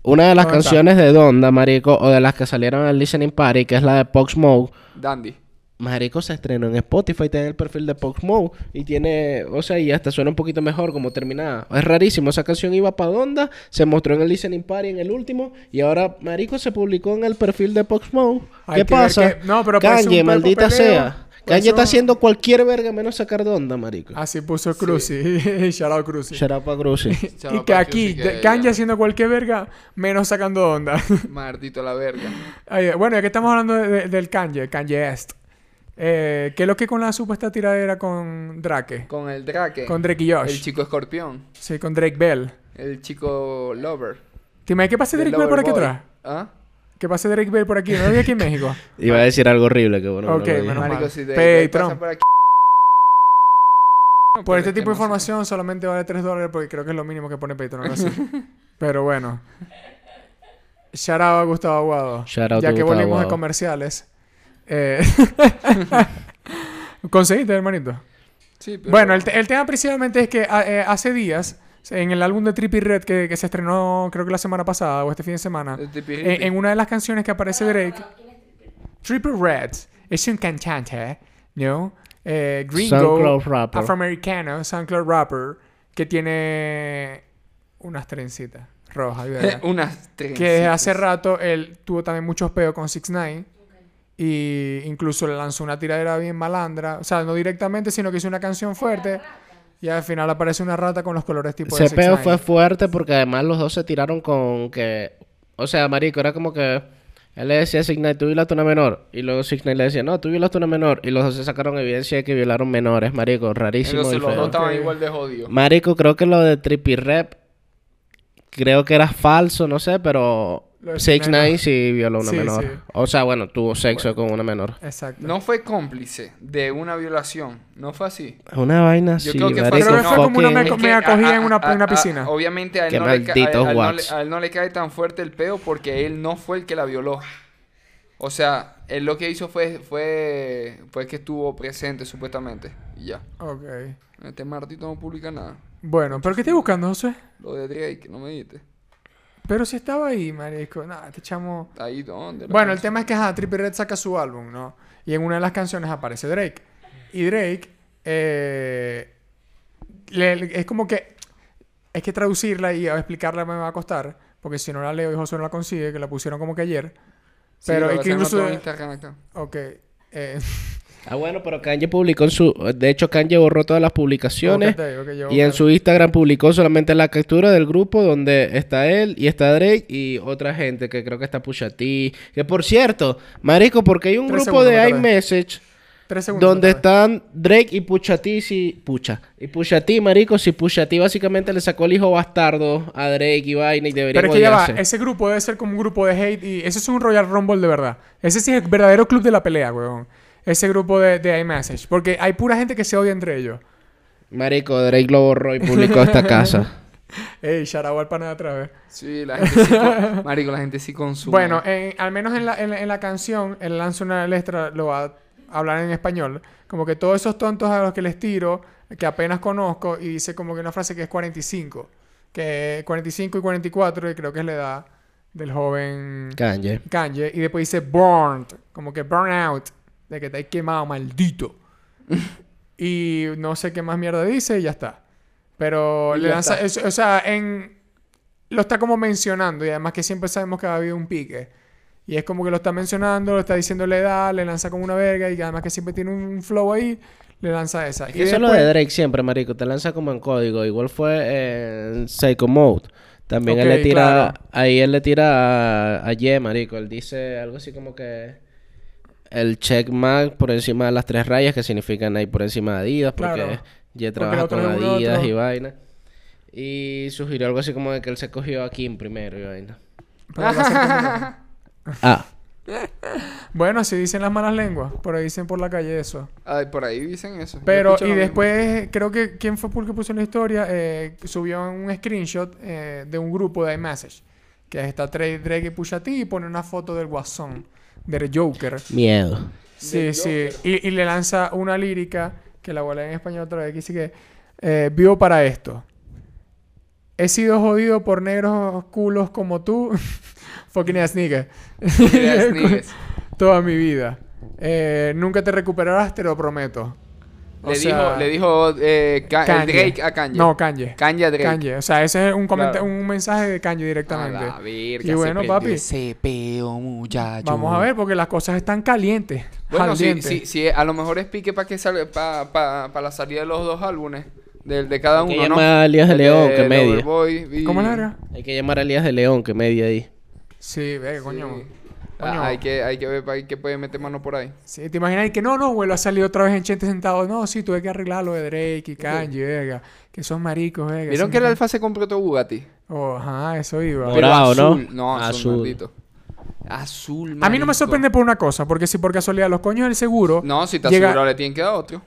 [SPEAKER 2] Una de las
[SPEAKER 1] ¿Dónde está?
[SPEAKER 2] canciones de Donda, marico, o de las que salieron en el Listening Party, que es la de Pox Smoke,
[SPEAKER 4] Dandy.
[SPEAKER 2] marico se estrenó en Spotify, tiene el perfil de Pox Smoke y tiene, o sea, y hasta suena un poquito mejor como terminada. Es rarísimo, esa canción iba para Donda, se mostró en el Listening Party en el último y ahora marico se publicó en el perfil de Pox Smoke.
[SPEAKER 1] Hay
[SPEAKER 2] ¿Qué
[SPEAKER 1] que ver
[SPEAKER 2] pasa?
[SPEAKER 1] que- no, pero parece
[SPEAKER 2] Kanye,
[SPEAKER 1] un
[SPEAKER 2] maldita
[SPEAKER 1] perco peleo. Pues
[SPEAKER 2] sea.
[SPEAKER 1] Parece
[SPEAKER 2] Kanye está
[SPEAKER 1] un-
[SPEAKER 2] haciendo cualquier verga menos sacar Donda, marico.
[SPEAKER 1] Así puso Cruci. Shout out Cruci.
[SPEAKER 2] Será para Cruci.
[SPEAKER 4] Shout
[SPEAKER 1] Y
[SPEAKER 4] out
[SPEAKER 1] que
[SPEAKER 4] para
[SPEAKER 1] aquí,
[SPEAKER 4] Cruci, que
[SPEAKER 1] de- Kanye
[SPEAKER 4] ya-
[SPEAKER 1] haciendo cualquier verga, menos sacando onda.
[SPEAKER 4] Maldito la verga.
[SPEAKER 1] Ay, bueno, ya que estamos hablando de- de- del Kanye, Kanye Est. Eh, ¿Qué es lo que con la supuesta tiradera con Drake?
[SPEAKER 4] Con el Drake.
[SPEAKER 1] Con Drake y Josh.
[SPEAKER 4] El chico escorpión.
[SPEAKER 1] Sí, con Drake Bell.
[SPEAKER 4] El chico lover.
[SPEAKER 1] ¿Te imaginas que pase
[SPEAKER 4] el
[SPEAKER 1] Drake Bell por aquí
[SPEAKER 4] lover boy.
[SPEAKER 1] atrás?
[SPEAKER 4] ¿Ah?
[SPEAKER 1] Que pase Drake Bell por aquí. No lo vi aquí en México.
[SPEAKER 2] Iba a decir algo horrible, que bueno. no
[SPEAKER 1] Ok,
[SPEAKER 2] lo dije.
[SPEAKER 1] menos mal.
[SPEAKER 4] Marico, si te,
[SPEAKER 1] Pey,
[SPEAKER 4] te pasa
[SPEAKER 1] Trump.
[SPEAKER 4] por aquí.
[SPEAKER 1] Por
[SPEAKER 4] Pero
[SPEAKER 1] este
[SPEAKER 4] es que
[SPEAKER 1] tipo de
[SPEAKER 4] no sé.
[SPEAKER 1] información solamente vale 3 dólares porque creo que es lo mínimo que pone Patreon. algo así. Pero bueno. Shout out a Gustavo Aguado.
[SPEAKER 2] Shout out
[SPEAKER 1] ya
[SPEAKER 2] a
[SPEAKER 1] que
[SPEAKER 2] Gustavo
[SPEAKER 1] volvimos de
[SPEAKER 2] Aguado.
[SPEAKER 1] comerciales. Eh, Conseguiste, hermanito.
[SPEAKER 4] Sí, pero-
[SPEAKER 1] Bueno, el, te- el tema principalmente es que a- eh, hace días, en el álbum de Trippy Red que, que se estrenó creo que la semana pasada o este fin de semana,
[SPEAKER 4] El tipi-
[SPEAKER 1] Eh, en, en una de las canciones que aparece Drake, Trippy Red es un cantante, ¿no? Eh, gringo,
[SPEAKER 2] SoundCloud rapper.
[SPEAKER 1] afroamericano, SoundCloud rapper, que tiene unas trencitas rojas. y verga.
[SPEAKER 4] Unas tres.
[SPEAKER 1] que desde hace rato él tuvo también muchos peos con 6 9 y incluso le lanzó una tiradera bien malandra, o sea, no directamente, sino que hizo una canción fuerte y al final aparece una rata con los colores tipo de
[SPEAKER 2] Ese
[SPEAKER 1] 6ix9ine.
[SPEAKER 2] peo fue fuerte porque además los dos se tiraron con que... O sea, marico, era como que... Él le decía a Signal, tú violaste una menor. Y luego Signal le decía, no, tú violaste una menor. Y los dos se sacaron evidencia de que violaron menores, marico. Rarísimo y
[SPEAKER 4] Entonces los
[SPEAKER 2] feo.
[SPEAKER 4] dos estaban
[SPEAKER 1] Ok.
[SPEAKER 4] igual de jodidos.
[SPEAKER 2] Marico, creo que lo de Trippy Rep... Creo que era falso, no sé, pero...
[SPEAKER 1] Lo de
[SPEAKER 2] Six
[SPEAKER 1] Signal.
[SPEAKER 2] Nine sí violó una
[SPEAKER 1] Sí,
[SPEAKER 2] menor.
[SPEAKER 1] sí.
[SPEAKER 2] O sea, bueno, tuvo sexo con una menor.
[SPEAKER 1] Exacto.
[SPEAKER 4] No fue cómplice de una violación. No fue así.
[SPEAKER 2] Una vaina
[SPEAKER 4] Yo
[SPEAKER 2] así,
[SPEAKER 4] creo que fue-
[SPEAKER 2] marico,
[SPEAKER 4] creo que ah, fue
[SPEAKER 1] como una
[SPEAKER 2] fucking-
[SPEAKER 1] meco- me acogí en una- en una piscina.
[SPEAKER 4] obviamente a él,
[SPEAKER 2] Qué
[SPEAKER 4] no le ca- a, él-
[SPEAKER 2] malditos
[SPEAKER 4] a él no le,
[SPEAKER 2] guacs.
[SPEAKER 4] a él no le cae tan fuerte el peo porque él no fue el que la violó. O sea, él lo que hizo fue, fue, fue que estuvo presente supuestamente. Y ya.
[SPEAKER 1] Ok.
[SPEAKER 4] Este martito no publica nada.
[SPEAKER 1] Bueno, ¿pero qué estoy buscando, José?
[SPEAKER 4] Lo de Drake, no me dijiste.
[SPEAKER 1] Pero si estaba ahí, marico. Nada, te chamo...
[SPEAKER 4] Ahí dónde. la
[SPEAKER 1] Bueno, el
[SPEAKER 4] canción?
[SPEAKER 1] tema es que ajá, Trippie Red saca su álbum, ¿no? Y en una de las canciones aparece Drake. Y Drake eh, le- le- es como que es que traducirla y explicarla me va a costar, porque si no la leo y José no la consigue, que la pusieron como que ayer.
[SPEAKER 4] Sí,
[SPEAKER 1] Pero
[SPEAKER 4] lo
[SPEAKER 1] es
[SPEAKER 4] que
[SPEAKER 1] que
[SPEAKER 4] tengo todo
[SPEAKER 1] incluso
[SPEAKER 4] en Instagram acá.
[SPEAKER 1] Ok. eh,
[SPEAKER 2] Ah, bueno, pero Kanye publicó en su... De hecho, Kanye borró todas las publicaciones.
[SPEAKER 1] ok, ok, yo-
[SPEAKER 2] Y en su Instagram publicó solamente la captura del grupo donde está él y está Drake y otra gente que creo que está Pusha T. Que por cierto, marico, porque hay un
[SPEAKER 1] Tres
[SPEAKER 2] grupo
[SPEAKER 1] segundos,
[SPEAKER 2] de
[SPEAKER 1] otra vez.
[SPEAKER 2] iMessage
[SPEAKER 1] Tres segundos.
[SPEAKER 2] donde
[SPEAKER 1] otra vez.
[SPEAKER 2] están Drake y Pusha T si... Pucha. Y Pusha T, marico, si Pusha T básicamente le sacó el hijo bastardo a Drake y vaina y debería
[SPEAKER 1] Pero es que ya va,
[SPEAKER 2] odiarse.
[SPEAKER 1] ese grupo debe ser como un grupo de hate y ese es un Royal Rumble de verdad. Ese sí es el verdadero club de la pelea, weón. Ese grupo de, de iMessage. Porque hay pura gente que se odia entre ellos.
[SPEAKER 2] Marico, Drake lo borró y publicó esta casa.
[SPEAKER 1] Ey, shout out al pana de otra vez.
[SPEAKER 4] Sí, la gente sí. con- Marico, la gente sí consume.
[SPEAKER 1] Bueno, eh- en- al menos en la, en, la- en la canción, él lanza una letra, lo va a hablar en español. Como que todos esos tontos a los que les tiro, que apenas conozco, y dice como que una frase que es 45. Que 45 y 44, y creo que es la edad del joven
[SPEAKER 2] Kanye.
[SPEAKER 1] Kanye. Y después dice burned, como que burnout, de que te has quemado, maldito. y no sé qué más mierda dice y ya está. Pero
[SPEAKER 4] Y
[SPEAKER 1] le
[SPEAKER 4] ya
[SPEAKER 1] lanza,
[SPEAKER 4] está.
[SPEAKER 1] es- o sea, en lo está como mencionando y además que siempre sabemos que ha habido un pique. Y es como que lo está mencionando, lo está diciendo la edad, le lanza como una verga y además que siempre tiene un flow ahí, le lanza esa.
[SPEAKER 2] Es
[SPEAKER 1] Y
[SPEAKER 2] que eso es lo
[SPEAKER 1] después-
[SPEAKER 2] de Drake siempre, marico. Te lanza como en código. Igual fue eh, en Psycho Mode. También él
[SPEAKER 1] Ok,
[SPEAKER 2] le tira...
[SPEAKER 1] claro.
[SPEAKER 2] Ahí él le tira a, a Ye, marico. Él dice algo así como que... El check mark por encima de las tres rayas que significan ahí por encima de Adidas. Porque
[SPEAKER 1] Claro. Porque
[SPEAKER 2] Ye trabaja
[SPEAKER 1] el otro
[SPEAKER 2] con
[SPEAKER 1] es uno,
[SPEAKER 2] Adidas
[SPEAKER 1] otro-
[SPEAKER 2] y vaina. Y sugirió algo así como de que él se cogió a Kim primero y vaina.
[SPEAKER 1] Pero lo hacen como-
[SPEAKER 2] Ah.
[SPEAKER 1] bueno, así dicen las malas lenguas, por ahí dicen por la calle eso.
[SPEAKER 4] Ay, por ahí dicen eso. Yo
[SPEAKER 1] Pero,
[SPEAKER 4] escucho
[SPEAKER 1] y
[SPEAKER 4] lo mismo.
[SPEAKER 1] después, creo que quien fue Pool que puso en la historia, eh, subió un screenshot eh, de un grupo de iMessage. Que está Trey Drake y Pusha T y pone una foto del guasón, del Joker.
[SPEAKER 2] Miedo.
[SPEAKER 1] Sí, sí. Y, y le lanza una lírica que la volé en español otra vez. Que dice que eh, vivo para esto. He sido jodido por negros culos como tú. Fucking ass nigga.
[SPEAKER 4] Ideas niggas.
[SPEAKER 1] Toda mi vida. Eh, nunca te recuperarás, te lo prometo. O
[SPEAKER 4] Le
[SPEAKER 1] sea,
[SPEAKER 4] dijo, le dijo eh, Ka-
[SPEAKER 1] Kanye.
[SPEAKER 4] Drake a Kanye.
[SPEAKER 1] No, Kanye.
[SPEAKER 4] Kanye a Drake.
[SPEAKER 1] Kanye. O sea, ese es un, comenta-
[SPEAKER 4] Claro.
[SPEAKER 1] un mensaje de Kanye
[SPEAKER 4] A
[SPEAKER 1] directamente.
[SPEAKER 4] la verga,
[SPEAKER 1] y bueno,
[SPEAKER 4] se
[SPEAKER 1] papi,
[SPEAKER 4] Ese peo, muchacho.
[SPEAKER 1] vamos a ver porque las cosas están calientes.
[SPEAKER 4] Bueno, sí,
[SPEAKER 1] ardientes.
[SPEAKER 4] sí, sí, a lo mejor es pique para que salga para la salida de los dos álbumes, del de cada
[SPEAKER 2] que
[SPEAKER 4] uno, ¿no?
[SPEAKER 2] llama a Elías de
[SPEAKER 4] El
[SPEAKER 2] León, que media.
[SPEAKER 4] Loverboy y-
[SPEAKER 1] ¿Cómo la verga?
[SPEAKER 2] Hay que llamar a Elías de León que media ahí.
[SPEAKER 1] Sí, verga, coño.
[SPEAKER 4] Sí. Ah,
[SPEAKER 1] Coño.
[SPEAKER 4] hay que hay que ver para que puede meter mano por ahí.
[SPEAKER 1] Sí, te imaginas y que no, no, vuelvo a salir otra vez en Chente sentado. No, sí, tuve que arreglar lo de Drake y Kanye, verga. Que son maricos, verga.
[SPEAKER 4] ¿Vieron
[SPEAKER 1] sí,
[SPEAKER 4] que el
[SPEAKER 1] no-
[SPEAKER 4] Alfa se compró otro Bugatti?
[SPEAKER 1] Oh, ajá, eso iba.
[SPEAKER 2] Ahora- Morado, ¿no?
[SPEAKER 4] azul. No, azul,
[SPEAKER 2] Azul.
[SPEAKER 4] maldito. Azul,
[SPEAKER 1] a mí no me
[SPEAKER 4] marico.
[SPEAKER 1] sorprende por una cosa, porque si por casualidad los coños del seguro, no.
[SPEAKER 4] No, si te
[SPEAKER 1] Llega-
[SPEAKER 4] asegurado le tienen que dar otro.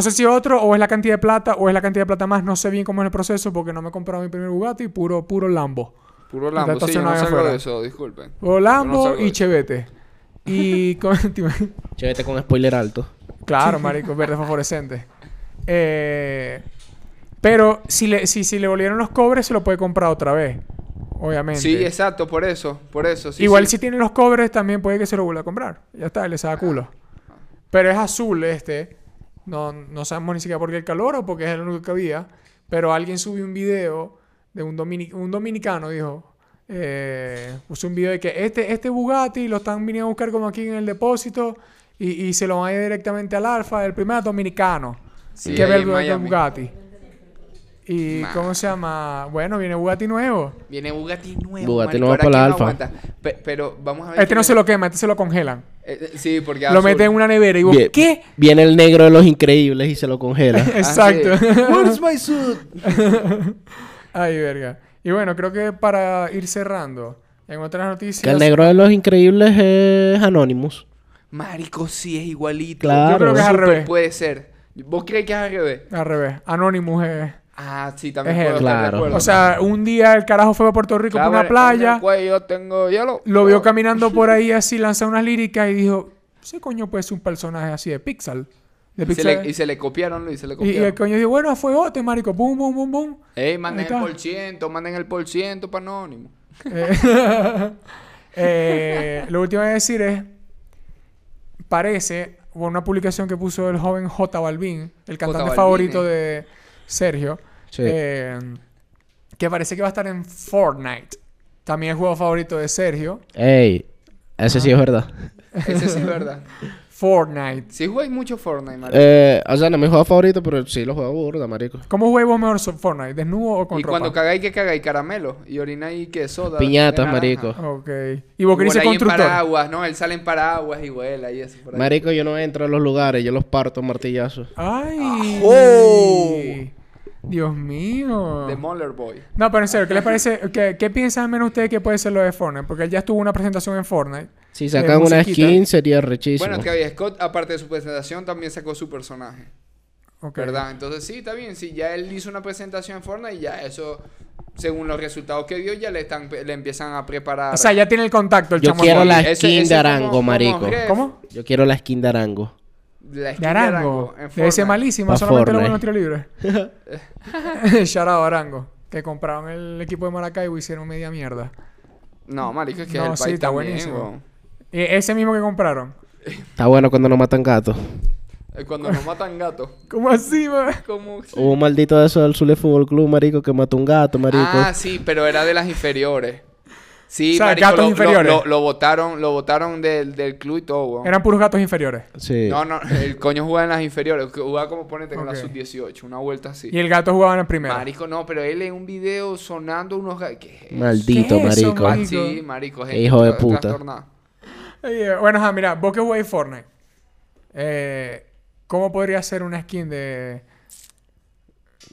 [SPEAKER 1] sé si otro, o es la cantidad de plata, o es la cantidad de plata más, no sé bien cómo es el proceso, porque no me he comprado mi primer Bugatti, puro, puro Lambo.
[SPEAKER 4] Puro
[SPEAKER 1] Está
[SPEAKER 4] Lambo, sí, yo no
[SPEAKER 1] estacionado
[SPEAKER 4] salgo
[SPEAKER 1] afuera.
[SPEAKER 4] de eso, disculpen.
[SPEAKER 1] Puro
[SPEAKER 4] Yo no
[SPEAKER 1] Lambo
[SPEAKER 4] salgo de
[SPEAKER 1] y
[SPEAKER 4] eso.
[SPEAKER 1] Chevette. Y con- te imag-
[SPEAKER 2] Chévete con spoiler alto.
[SPEAKER 1] Claro, marico, verde fosforescente. Eh, pero si le, si, si le volvieron los cobres, se lo puede comprar otra vez. Obviamente.
[SPEAKER 4] Sí, exacto, por eso, por eso. sí,
[SPEAKER 1] Igual
[SPEAKER 4] sí.
[SPEAKER 1] si tiene los cobres, también puede que se lo vuelva a comprar. Ya está, le saca culo. Pero es azul este. No, no sabemos ni siquiera por qué el calor o porque es el único que había. Pero alguien subió un video de un, domini- un dominicano, dijo. Eh, puso un video de que este, este Bugatti lo están viniendo a buscar como aquí en el depósito y, y se lo van a ir directamente al Alfa, el primer dominicano.
[SPEAKER 4] Sí,
[SPEAKER 1] que
[SPEAKER 4] ahí
[SPEAKER 1] ve
[SPEAKER 4] en
[SPEAKER 1] el el
[SPEAKER 4] Miami.
[SPEAKER 1] Bugatti. ¿Y
[SPEAKER 4] Ma.
[SPEAKER 1] cómo se llama? Bueno, viene Bugatti nuevo.
[SPEAKER 4] Viene Bugatti nuevo.
[SPEAKER 2] Bugatti
[SPEAKER 4] marico,
[SPEAKER 2] nuevo
[SPEAKER 4] ahora
[SPEAKER 2] para la
[SPEAKER 4] ¿quién lo
[SPEAKER 2] Alfa.
[SPEAKER 4] aguanta? Pe- pero vamos a ver.
[SPEAKER 1] Este no
[SPEAKER 4] quién
[SPEAKER 1] se
[SPEAKER 4] es-
[SPEAKER 1] lo quema, este se lo congelan.
[SPEAKER 4] Eh, eh, sí, porque
[SPEAKER 1] Lo
[SPEAKER 4] azul.
[SPEAKER 1] mete en una nevera y vos,
[SPEAKER 2] Vie-
[SPEAKER 1] ¿qué?
[SPEAKER 2] Viene el negro de los increíbles y se lo congela.
[SPEAKER 1] Exacto.
[SPEAKER 4] Ah, sí.
[SPEAKER 2] Where's my suit?
[SPEAKER 1] Ay, verga. Y bueno, creo que para ir cerrando, en otras noticias.
[SPEAKER 2] Que el negro de los increíbles es Anonymous.
[SPEAKER 4] Marico, sí es igualito.
[SPEAKER 2] Claro.
[SPEAKER 1] Yo creo que es al
[SPEAKER 4] Súper
[SPEAKER 1] revés.
[SPEAKER 4] Puede ser. ¿Vos crees que es al revés?
[SPEAKER 1] Al revés. Anonymous es.
[SPEAKER 4] Ah, sí, también
[SPEAKER 1] Es
[SPEAKER 4] puedo
[SPEAKER 1] él.
[SPEAKER 4] estar de
[SPEAKER 2] Claro.
[SPEAKER 4] acuerdo.
[SPEAKER 1] O sea, un día el carajo fue a Puerto Rico
[SPEAKER 4] Claro,
[SPEAKER 1] por una
[SPEAKER 4] en el
[SPEAKER 1] playa,
[SPEAKER 4] cuello tengo hielo. Oh.
[SPEAKER 1] lo vio caminando por ahí así, lanza unas líricas y dijo: Ese coño puede ser un personaje así de Pixar. De
[SPEAKER 4] Y se,
[SPEAKER 1] Pixar.
[SPEAKER 4] le, y se le copiaron, y se le
[SPEAKER 1] Y, y el
[SPEAKER 4] copiaron.
[SPEAKER 1] coño dijo: Bueno, fue bote, marico. Bum, bum, bum, bum.
[SPEAKER 4] Ey, manden
[SPEAKER 1] Ahí
[SPEAKER 4] el
[SPEAKER 1] está.
[SPEAKER 4] por ciento, manden el por ciento para anónimo.
[SPEAKER 1] Eh, eh, lo último que voy a decir es, parece, por una publicación que puso el joven J Balvin, el cantante
[SPEAKER 4] Balvin,
[SPEAKER 1] favorito
[SPEAKER 4] eh.
[SPEAKER 1] de Sergio,
[SPEAKER 2] Sí.
[SPEAKER 1] eh, que parece que va a estar en Fortnite. También el juego favorito de Sergio,
[SPEAKER 2] Ey, ese sí es verdad.
[SPEAKER 4] Ese sí es verdad.
[SPEAKER 1] Fortnite.
[SPEAKER 4] Sí jugáis mucho Fortnite, marico.
[SPEAKER 2] Eh, o sea, no es mi juego favorito, pero sí lo juego burda, marico.
[SPEAKER 1] ¿Cómo juegas vos mejor so- Fortnite? ¿Desnudo o con
[SPEAKER 4] y
[SPEAKER 1] ropa?
[SPEAKER 4] cuando cagáis, que cagáis caramelo. Y orináis, que soda.
[SPEAKER 2] Piñatas,
[SPEAKER 4] de naranja.
[SPEAKER 2] marico.
[SPEAKER 1] ok. Y vos querés ser
[SPEAKER 4] Vuela ahí en
[SPEAKER 1] constructor.
[SPEAKER 4] paraguas, no, él sale en paraguas y vuela y eso. por ahí.
[SPEAKER 2] Marico, yo no entro a los lugares, yo los parto a martillazos.
[SPEAKER 1] ¡Ay!
[SPEAKER 4] ¡Ajo!
[SPEAKER 1] Dios mío.
[SPEAKER 4] The Moller Boy.
[SPEAKER 1] No, pero en serio, ¿qué les parece? ¿Qué, qué piensan al menos ustedes que puede ser lo de Fortnite? Porque él ya estuvo una presentación en Fortnite.
[SPEAKER 2] Si sacan
[SPEAKER 1] Eh,
[SPEAKER 2] una
[SPEAKER 1] musiquita.
[SPEAKER 2] skin sería rechísimo.
[SPEAKER 4] Bueno, Travis Scott, aparte de su presentación, también sacó su personaje.
[SPEAKER 1] Ok.
[SPEAKER 4] ¿Verdad? Entonces sí, está bien. Si ya él hizo una presentación en Fortnite y ya eso, según los resultados que dio, ya le están le empiezan a preparar.
[SPEAKER 1] O sea, ya tiene el contacto el
[SPEAKER 2] Yo
[SPEAKER 1] chamo.
[SPEAKER 2] quiero
[SPEAKER 1] Fortnite.
[SPEAKER 2] la
[SPEAKER 4] Ese- ese
[SPEAKER 2] skin
[SPEAKER 4] es
[SPEAKER 2] de
[SPEAKER 4] como-
[SPEAKER 2] Arango,
[SPEAKER 4] como
[SPEAKER 2] marico.
[SPEAKER 4] Gref.
[SPEAKER 1] ¿Cómo?
[SPEAKER 2] Yo quiero la skin de Arango.
[SPEAKER 4] La skin
[SPEAKER 1] De Arango.
[SPEAKER 4] en
[SPEAKER 1] Debe ser
[SPEAKER 4] Fortnite.
[SPEAKER 1] malísima,
[SPEAKER 2] Pa'
[SPEAKER 1] solamente lo bueno en tiro
[SPEAKER 2] Fortnite.
[SPEAKER 1] libre. Shout out a Arango. Que compraron el equipo de Maracaibo y hicieron media mierda.
[SPEAKER 4] No, marico, es que
[SPEAKER 1] No,
[SPEAKER 4] el
[SPEAKER 1] sí,
[SPEAKER 4] país
[SPEAKER 1] está
[SPEAKER 4] también,
[SPEAKER 1] buenísimo.
[SPEAKER 4] weón.
[SPEAKER 1] E- ese mismo que compraron.
[SPEAKER 2] Está bueno cuando no matan gatos.
[SPEAKER 4] Eh, Cuando nos matan gatos.
[SPEAKER 1] ¿Cómo así, man?
[SPEAKER 4] Como si-
[SPEAKER 2] Hubo un maldito de eso del Zule Fútbol Club, marico, que mató un gato, marico.
[SPEAKER 4] Ah, sí, pero era de las inferiores.
[SPEAKER 1] O
[SPEAKER 4] Sí,
[SPEAKER 1] sea,
[SPEAKER 4] marico,
[SPEAKER 1] gatos
[SPEAKER 4] lo,
[SPEAKER 1] inferiores.
[SPEAKER 4] Lo, lo- lo botaron, lo botaron del, del club y todo, weón.
[SPEAKER 1] Eran puros gatos inferiores.
[SPEAKER 2] sí.
[SPEAKER 4] No, no, el coño jugaba en las inferiores. que Jugaba como ponete en
[SPEAKER 1] Ok.
[SPEAKER 4] la sub-18, una vuelta así.
[SPEAKER 1] Y el gato jugaba en la primera.
[SPEAKER 4] Marico, no, pero él en un video sonando unos... ga- ¿Qué es
[SPEAKER 2] Maldito,
[SPEAKER 1] ¿Qué es eso,
[SPEAKER 2] marico.
[SPEAKER 1] man?
[SPEAKER 4] Ah, Sí, marico.
[SPEAKER 2] Qué hijo de
[SPEAKER 4] tra-
[SPEAKER 2] puta.
[SPEAKER 4] trastornada.
[SPEAKER 1] Ay, eh, bueno, ajá, mira, vos que jugáis Fortnite. Eh, ¿Cómo podría ser una skin de,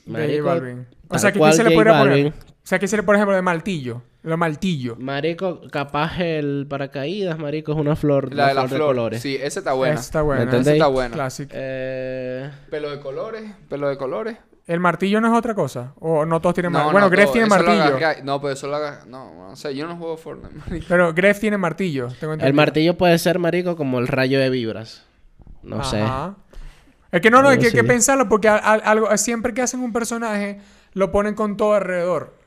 [SPEAKER 1] de J
[SPEAKER 2] Marico,
[SPEAKER 1] Balvin? O
[SPEAKER 2] tal
[SPEAKER 1] sea, ¿qué, qué
[SPEAKER 2] cual
[SPEAKER 1] se le
[SPEAKER 2] J
[SPEAKER 1] podría poner?
[SPEAKER 2] Balvin.
[SPEAKER 1] O sea, ¿qué se le, por ejemplo, de martillo? Lo martillo.
[SPEAKER 2] Marico, capaz el paracaídas, marico, es una flor,
[SPEAKER 4] La
[SPEAKER 2] una
[SPEAKER 4] de las
[SPEAKER 2] flor de
[SPEAKER 4] flores.
[SPEAKER 2] colores.
[SPEAKER 4] Sí, esa está buena.
[SPEAKER 1] Esa está buena.
[SPEAKER 2] ¿Me
[SPEAKER 4] Esa
[SPEAKER 2] entendéis?
[SPEAKER 4] está buena.
[SPEAKER 1] Clásico.
[SPEAKER 2] Eh,
[SPEAKER 4] Pelo de colores, pelo de colores.
[SPEAKER 1] ¿El martillo no es otra cosa? ¿O no todos tienen
[SPEAKER 4] No,
[SPEAKER 1] martillo?
[SPEAKER 4] no,
[SPEAKER 1] Bueno, Gref
[SPEAKER 4] todo.
[SPEAKER 1] tiene
[SPEAKER 4] Eso lo
[SPEAKER 1] martillo.
[SPEAKER 4] agarré- No, pero eso lo agarré- No, o sea, yo no juego Fortnite, marico.
[SPEAKER 1] Pero Gref tiene martillo. Tengo
[SPEAKER 2] el
[SPEAKER 1] entendido.
[SPEAKER 2] martillo puede ser, marico, como el rayo de vibras. No sé.
[SPEAKER 1] Ajá. Es que no, no, es
[SPEAKER 2] Algo
[SPEAKER 1] que hay que
[SPEAKER 2] así.
[SPEAKER 1] pensarlo porque a- a- algo, siempre que hacen un personaje lo ponen con todo alrededor.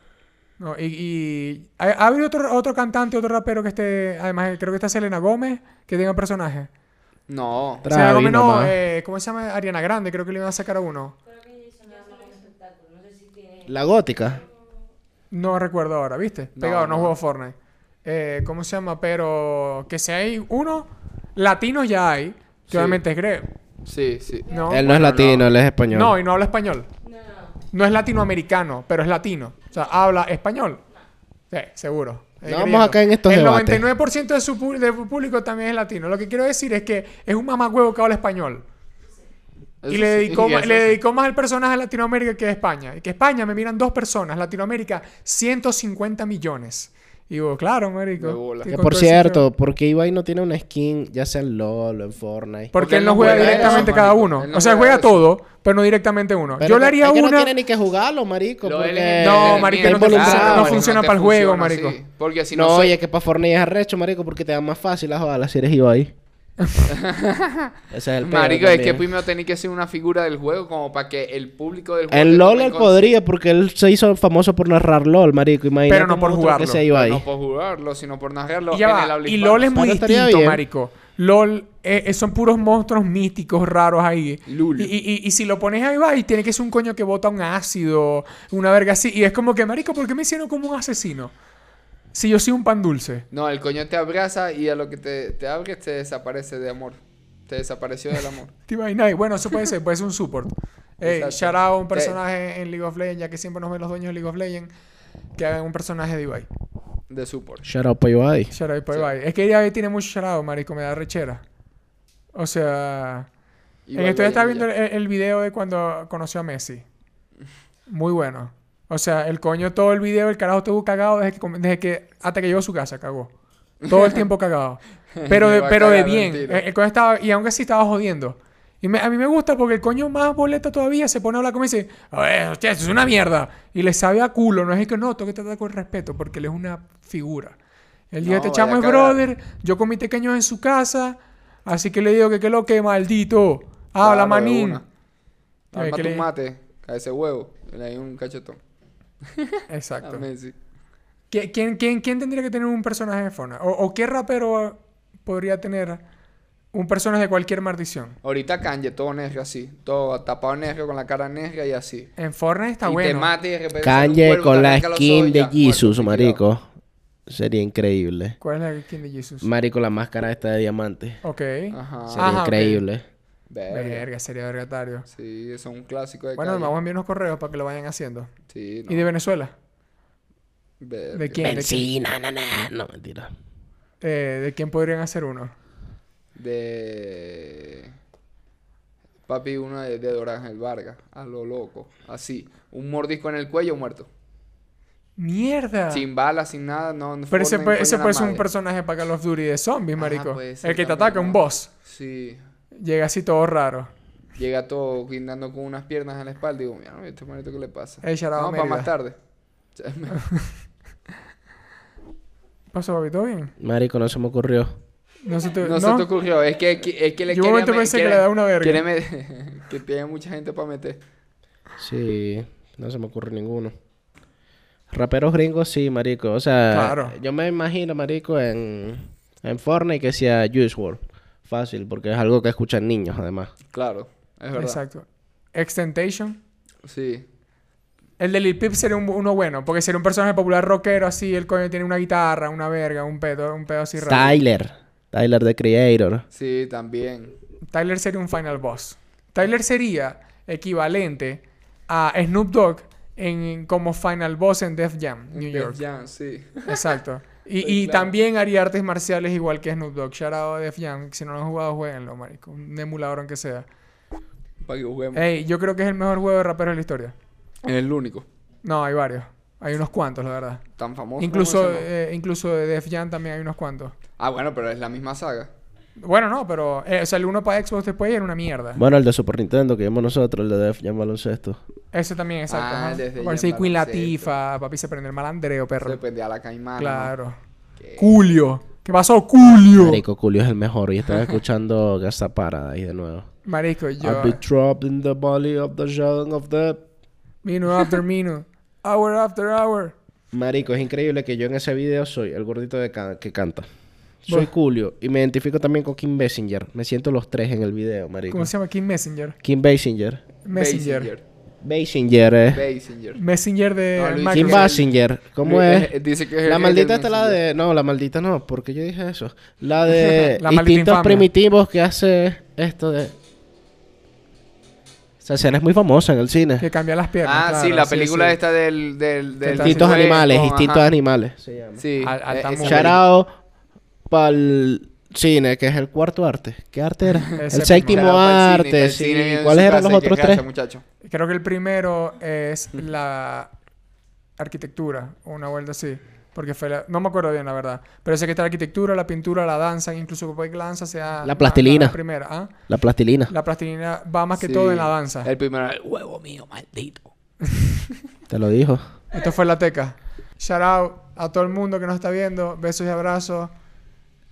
[SPEAKER 1] No, y, y- ¿ha, ha habido otro, otro cantante, otro rapero que esté, además eh, creo que está Selena Gómez, que tenga un personaje.
[SPEAKER 4] No.
[SPEAKER 2] Tra-
[SPEAKER 1] Selena
[SPEAKER 2] Travis
[SPEAKER 1] Gómez no,
[SPEAKER 2] nomás.
[SPEAKER 1] eh, ¿cómo se llama? Ariana Grande, creo que le iban a sacar a uno. eh,
[SPEAKER 2] La gótica.
[SPEAKER 1] No recuerdo ahora, ¿viste?
[SPEAKER 4] No,
[SPEAKER 1] Pegado, no,
[SPEAKER 4] no.
[SPEAKER 1] juego Fortnite. Eh, ¿Cómo se llama? Pero que si hay uno, latinos ya hay, que
[SPEAKER 4] Sí.
[SPEAKER 1] obviamente es Greg.
[SPEAKER 4] Sí, sí.
[SPEAKER 1] No,
[SPEAKER 2] él no es
[SPEAKER 4] bueno,
[SPEAKER 2] latino,
[SPEAKER 4] no.
[SPEAKER 2] él es español.
[SPEAKER 1] No, y no habla español. No es latinoamericano, pero es latino. O sea, habla español. Sí, seguro. Eh,
[SPEAKER 2] No vamos
[SPEAKER 1] creyendo.
[SPEAKER 2] acá en estos
[SPEAKER 1] El
[SPEAKER 2] debates.
[SPEAKER 1] 99% de su pu- de su público también es latino. Lo que quiero decir es que es un mamagüevo que habla español.
[SPEAKER 4] Eso
[SPEAKER 1] y le
[SPEAKER 4] sí,
[SPEAKER 1] dedicó, ma-
[SPEAKER 4] eso
[SPEAKER 1] le
[SPEAKER 4] sí.
[SPEAKER 1] dedicó más al personaje a Latinoamérica que a España. Y que España me miran dos personas, Latinoamérica 150 millones. Y digo, claro, marico.
[SPEAKER 4] De bola.
[SPEAKER 1] Sí,
[SPEAKER 2] Que
[SPEAKER 1] con
[SPEAKER 2] por
[SPEAKER 1] todo ese
[SPEAKER 2] cierto,
[SPEAKER 1] tema.
[SPEAKER 2] porque Ibai no tiene una skin, ya sea en LOL o en Fortnite.
[SPEAKER 1] porque él
[SPEAKER 4] él
[SPEAKER 1] no
[SPEAKER 4] no
[SPEAKER 1] juega
[SPEAKER 4] juega eso,
[SPEAKER 1] directamente cada
[SPEAKER 4] marico.
[SPEAKER 1] uno.
[SPEAKER 4] Él no
[SPEAKER 1] o sea,
[SPEAKER 4] juega
[SPEAKER 1] juega
[SPEAKER 4] eso.
[SPEAKER 1] todo, pero no directamente uno.
[SPEAKER 2] Pero
[SPEAKER 1] Yo
[SPEAKER 2] que-
[SPEAKER 1] le haría
[SPEAKER 2] es que
[SPEAKER 1] una.
[SPEAKER 2] no tiene ni que jugarlo, marico.
[SPEAKER 4] Lo
[SPEAKER 2] porque-
[SPEAKER 4] del-
[SPEAKER 1] No,
[SPEAKER 4] del
[SPEAKER 1] marico, no
[SPEAKER 2] está
[SPEAKER 1] te funciona,
[SPEAKER 2] involucrado.
[SPEAKER 1] no funciona.
[SPEAKER 4] te
[SPEAKER 1] para el juego,
[SPEAKER 4] funciona,
[SPEAKER 1] marico.
[SPEAKER 4] sí. Porque si
[SPEAKER 2] No,
[SPEAKER 4] no, se-
[SPEAKER 2] oye, que para Fortnite es arrecho, marico, porque te da más fácil las balas si eres Ibai. Ese es el pedo
[SPEAKER 4] Marico, es que
[SPEAKER 2] también.
[SPEAKER 4] primero tenés que ser una figura del juego como para que el público del juego... te
[SPEAKER 2] En LOL
[SPEAKER 4] tome
[SPEAKER 2] él
[SPEAKER 4] en
[SPEAKER 2] podría, porque él se hizo famoso por narrar LOL, marico. Imagínate
[SPEAKER 1] Pero no
[SPEAKER 2] cómo
[SPEAKER 1] por
[SPEAKER 2] otro
[SPEAKER 1] jugarlo.
[SPEAKER 2] Que sea
[SPEAKER 4] consideración,
[SPEAKER 2] Ibai.
[SPEAKER 4] No por jugarlo, sino por narrarlo
[SPEAKER 1] Y, ya
[SPEAKER 4] en
[SPEAKER 1] va,
[SPEAKER 4] el habla
[SPEAKER 1] y
[SPEAKER 4] hispana.
[SPEAKER 1] LOL es muy
[SPEAKER 2] Pero estaría
[SPEAKER 1] distinto,
[SPEAKER 2] bien.
[SPEAKER 1] marico. LOL eh, eh, son puros monstruos místicos raros ahí.
[SPEAKER 4] Lul.
[SPEAKER 1] Y, y- y- y si lo pones ahí, va, y tiene que ser un coño que bota un ácido, una verga así. Y es como que, marico, ¿por qué me hicieron como un asesino? Si yo soy un pan dulce.
[SPEAKER 4] No, el coño te abraza y a lo que te, te abres te desaparece de amor. Te desapareció del amor.
[SPEAKER 1] ¿Te imaginas? Bueno, eso puede ser, puede ser un support. Eh,
[SPEAKER 4] Exacto.
[SPEAKER 1] shout out a un
[SPEAKER 4] Sí.
[SPEAKER 1] personaje en League of Legends, ya que siempre nos ven los dueños de League of Legends, que hagan un personaje de Ibai.
[SPEAKER 4] De support.
[SPEAKER 2] Shout out pa' Ibai.
[SPEAKER 1] Shout out para Ibai. Es que Ibai tiene mucho shout out, marico, me da rechera. O sea... En
[SPEAKER 4] Igual
[SPEAKER 1] esto ya
[SPEAKER 4] de-
[SPEAKER 1] estaba viendo el, el video de cuando conoció a Messi. Muy bueno. O sea, el coño todo el video, el carajo estuvo cagado desde que, com- desde que hasta que llegó a su casa, cagó. Todo el tiempo cagado. Pero de,
[SPEAKER 4] Iba
[SPEAKER 1] pero de
[SPEAKER 4] cagando el
[SPEAKER 1] bien.
[SPEAKER 4] tiro.
[SPEAKER 1] El, el coño estaba, y aunque sí estaba jodiendo. Y me- a mí me gusta porque el coño más boleta todavía se pone a hablar como dice, a ver, hostia, eso es una mierda. Y le sabe a culo, no es que no, tengo que tratar con respeto porque él es una figura. Él dijo,
[SPEAKER 4] No,
[SPEAKER 1] este
[SPEAKER 4] vaya
[SPEAKER 1] chamo es
[SPEAKER 4] cagada.
[SPEAKER 1] brother, yo comí tequeños en su casa, así que le digo que qué lo que, maldito. Ah,
[SPEAKER 4] Claro,
[SPEAKER 1] Habla,
[SPEAKER 4] de
[SPEAKER 1] manín.
[SPEAKER 4] una. Arma
[SPEAKER 1] que
[SPEAKER 4] tu
[SPEAKER 1] le-
[SPEAKER 4] mate a ese huevo. Le hay un cachetón. A
[SPEAKER 1] Exacto.
[SPEAKER 4] Messi.
[SPEAKER 1] ¿Qui- ¿Quién, quién, quién tendría que tener un personaje de Fona? ¿O, o qué rapero podría tener un personaje de cualquier maldición?
[SPEAKER 4] Ahorita Kanye, todo negro así. Todo tapado negro, con la cara negra y así.
[SPEAKER 1] En Fortnite está
[SPEAKER 4] y te
[SPEAKER 1] bueno.
[SPEAKER 4] mata y de repente sale un
[SPEAKER 2] Kanye
[SPEAKER 4] cuervo, te
[SPEAKER 2] con la
[SPEAKER 4] arranca los
[SPEAKER 2] skin
[SPEAKER 4] ojos,
[SPEAKER 2] de
[SPEAKER 4] ya,
[SPEAKER 2] Jesus,
[SPEAKER 4] muerto, liquidado.
[SPEAKER 2] marico. Sería increíble.
[SPEAKER 1] ¿Cuál es la skin de Jesus?
[SPEAKER 2] Marico, la máscara esta de diamante.
[SPEAKER 1] ok.
[SPEAKER 4] Ajá.
[SPEAKER 2] Sería
[SPEAKER 1] Ajá, ok.
[SPEAKER 2] increíble.
[SPEAKER 4] Verga.
[SPEAKER 1] Ah, Verga, sería vergatario.
[SPEAKER 4] eh. Sí, eso es un clásico de
[SPEAKER 1] Bueno,
[SPEAKER 4] Kanye.
[SPEAKER 1] vamos a enviar unos correos para que lo vayan haciendo.
[SPEAKER 4] Sí, no.
[SPEAKER 1] ¿Y de Venezuela?
[SPEAKER 4] Verga.
[SPEAKER 1] ¿De quién? ¿De quién,
[SPEAKER 2] Benzina, na, na. No, mentira.
[SPEAKER 1] Eh, ¿de quién podrían hacer uno?
[SPEAKER 4] de papi uno de, de Don Ángel Vargas a lo loco así un mordisco en el cuello muerto
[SPEAKER 1] ¡Mierda!
[SPEAKER 4] sin balas sin nnada no no
[SPEAKER 1] Ah. Pero ese,
[SPEAKER 4] forma en
[SPEAKER 1] puede-
[SPEAKER 4] coño
[SPEAKER 1] ese
[SPEAKER 4] la
[SPEAKER 1] puede ser un
[SPEAKER 4] madre.
[SPEAKER 1] personaje para Call of Duty de zombies,
[SPEAKER 4] Ajá,
[SPEAKER 1] marico.
[SPEAKER 4] puede ser
[SPEAKER 1] el que te
[SPEAKER 4] también,
[SPEAKER 1] ataca, un
[SPEAKER 4] ¿no?
[SPEAKER 1] boss.
[SPEAKER 4] sí
[SPEAKER 1] Llega así todo raro.
[SPEAKER 4] llega todo guindando con unas piernas en la espalda y digo mira este manito qué le pasa
[SPEAKER 1] Ey, shout out a
[SPEAKER 4] no para
[SPEAKER 1] Mérida.
[SPEAKER 4] más tarde
[SPEAKER 1] ¿Pasó, papi? ¿Todo bien?
[SPEAKER 2] Marico, no se me ocurrió.
[SPEAKER 1] No se te,
[SPEAKER 4] no, se te ocurrió es que es que, es que le
[SPEAKER 1] Yo un
[SPEAKER 4] quería
[SPEAKER 1] momento
[SPEAKER 4] me-
[SPEAKER 1] pensé que
[SPEAKER 4] quiere-
[SPEAKER 1] le daba una verga.
[SPEAKER 4] quiere me- que tiene mucha gente para meter
[SPEAKER 2] Sí, no se me ocurre ninguno. Raperos gringos, sí, marico. O sea,
[SPEAKER 1] Claro.
[SPEAKER 2] yo me imagino, marico, en, en Fortnite que sea Juice WRLD. Fácil, porque es algo que escuchan niños, además.
[SPEAKER 4] Claro, es verdad.
[SPEAKER 1] Exacto. Extentation.
[SPEAKER 4] Sí.
[SPEAKER 1] El de Lil Peep sería un bu- uno bueno, porque sería un personaje popular rockero así, el coño tiene una guitarra, una verga, un pedo, un pedo así raro.
[SPEAKER 2] Tyler. Tyler, the Creator.
[SPEAKER 4] Sí, también.
[SPEAKER 1] Tyler sería un final boss. Tyler sería equivalente a Snoop Dogg en, como final boss en Def Jam, New York.
[SPEAKER 4] Def Jam, Este sí.
[SPEAKER 1] Exacto. Y,
[SPEAKER 4] Sí,
[SPEAKER 1] y
[SPEAKER 4] claro.
[SPEAKER 1] también haría artes marciales igual que Snoop Dogg. Shout out a Def Jam. Si no lo han jugado, jueguenlo, marico. Un emulador aunque sea.
[SPEAKER 4] Para que juguemos.
[SPEAKER 1] Ey, yo creo que es el mejor juego de raperos de la historia.
[SPEAKER 4] Es el único.
[SPEAKER 1] No, hay varios. Hay unos cuantos, la verdad.
[SPEAKER 4] Tan famoso.
[SPEAKER 1] Incluso,
[SPEAKER 4] como ese, ¿no?
[SPEAKER 1] eh, incluso de Def Jam también hay unos cuantos.
[SPEAKER 4] Ah, bueno, pero es la misma saga.
[SPEAKER 1] Bueno, no, pero... eh, o sea, el uno para Xbox después era una mierda.
[SPEAKER 2] Bueno, el de Super Nintendo que vimos nosotros, el de Def Jam Baloncesto.
[SPEAKER 1] Ese también, exacto.
[SPEAKER 4] Ah,
[SPEAKER 1] ajá.
[SPEAKER 4] desde
[SPEAKER 1] Por si
[SPEAKER 4] Jam
[SPEAKER 1] Queen
[SPEAKER 4] Baloncesto.
[SPEAKER 1] Latifa, papi se prende el malandreo,
[SPEAKER 4] Se
[SPEAKER 1] perro.
[SPEAKER 4] depende a la caimana.
[SPEAKER 1] Claro.
[SPEAKER 4] ¿no? Que-
[SPEAKER 1] Julio. ¿Qué pasó, Julio?
[SPEAKER 2] Marico Culio es el mejor. Y están escuchando Gasta Paradise de nuevo.
[SPEAKER 1] Marico, yo...
[SPEAKER 2] I'll be trapped in the body of the shadow of the...
[SPEAKER 1] Mino after mino. Hour after hour.
[SPEAKER 2] Marico, es increíble que yo en ese video soy el gordito de ca- que canta. Soy Culio y me identifico también con Kim Basinger. Me siento los tres en el video, marico.
[SPEAKER 1] ¿Cómo se llama? Kim Messenger.
[SPEAKER 2] Kim Basinger.
[SPEAKER 1] Messenger.
[SPEAKER 2] Basinger, eh.
[SPEAKER 4] Basinger.
[SPEAKER 1] Messenger de
[SPEAKER 4] No, Luis,
[SPEAKER 1] Macri.
[SPEAKER 2] Kim
[SPEAKER 4] Basinger.
[SPEAKER 2] Basinger. ¿Cómo
[SPEAKER 4] Luis,
[SPEAKER 2] es?
[SPEAKER 4] eh, Dice que es el-
[SPEAKER 2] La
[SPEAKER 4] el
[SPEAKER 2] maldita
[SPEAKER 4] del
[SPEAKER 2] está la
[SPEAKER 4] Messenger.
[SPEAKER 2] de... No, la maldita no. porque yo dije eso? La de
[SPEAKER 1] La maldita
[SPEAKER 2] Instintos
[SPEAKER 1] infamia.
[SPEAKER 2] Primitivos que hace esto de... Esa escena es muy famosa en el cine.
[SPEAKER 1] Que cambia las piernas.
[SPEAKER 4] Ah, sí,
[SPEAKER 1] claro,
[SPEAKER 4] la película
[SPEAKER 1] sí.
[SPEAKER 4] esta del... del, del
[SPEAKER 2] Instintos
[SPEAKER 4] del-
[SPEAKER 2] Animales,
[SPEAKER 4] ajá.
[SPEAKER 2] Instintos Animales. Se llama.
[SPEAKER 4] Sí.
[SPEAKER 1] Al- al
[SPEAKER 4] eh,
[SPEAKER 1] Tamu.
[SPEAKER 4] esa-
[SPEAKER 2] Shout out pa'l cine, que es el cuarto arte. ¿Qué arte era?
[SPEAKER 1] El
[SPEAKER 2] El,
[SPEAKER 1] séptimo.
[SPEAKER 2] séptimo
[SPEAKER 4] Shout out pa'l cine,
[SPEAKER 2] arte,
[SPEAKER 4] el
[SPEAKER 2] sí.
[SPEAKER 4] cine en
[SPEAKER 2] ¿Cuáles
[SPEAKER 4] su
[SPEAKER 2] eran
[SPEAKER 4] casa,
[SPEAKER 2] los
[SPEAKER 4] que
[SPEAKER 2] otros
[SPEAKER 4] gracias,
[SPEAKER 2] tres?
[SPEAKER 4] muchacho.
[SPEAKER 1] Creo que el primero es la arquitectura, o una vuelta así. Porque fue la... No me acuerdo bien, la verdad. Pero sé que está la arquitectura, la pintura, la danza, incluso puede que la danza sea...
[SPEAKER 2] La plastilina.
[SPEAKER 1] La primera, ¿ah?
[SPEAKER 2] La plastilina.
[SPEAKER 1] La plastilina va más que
[SPEAKER 4] Sí.
[SPEAKER 1] todo en la danza.
[SPEAKER 4] El primero, el huevo mío, maldito.
[SPEAKER 2] Te lo dijo.
[SPEAKER 1] Esto fue la teca. Shout out a todo el mundo que nos está viendo. Besos y abrazos.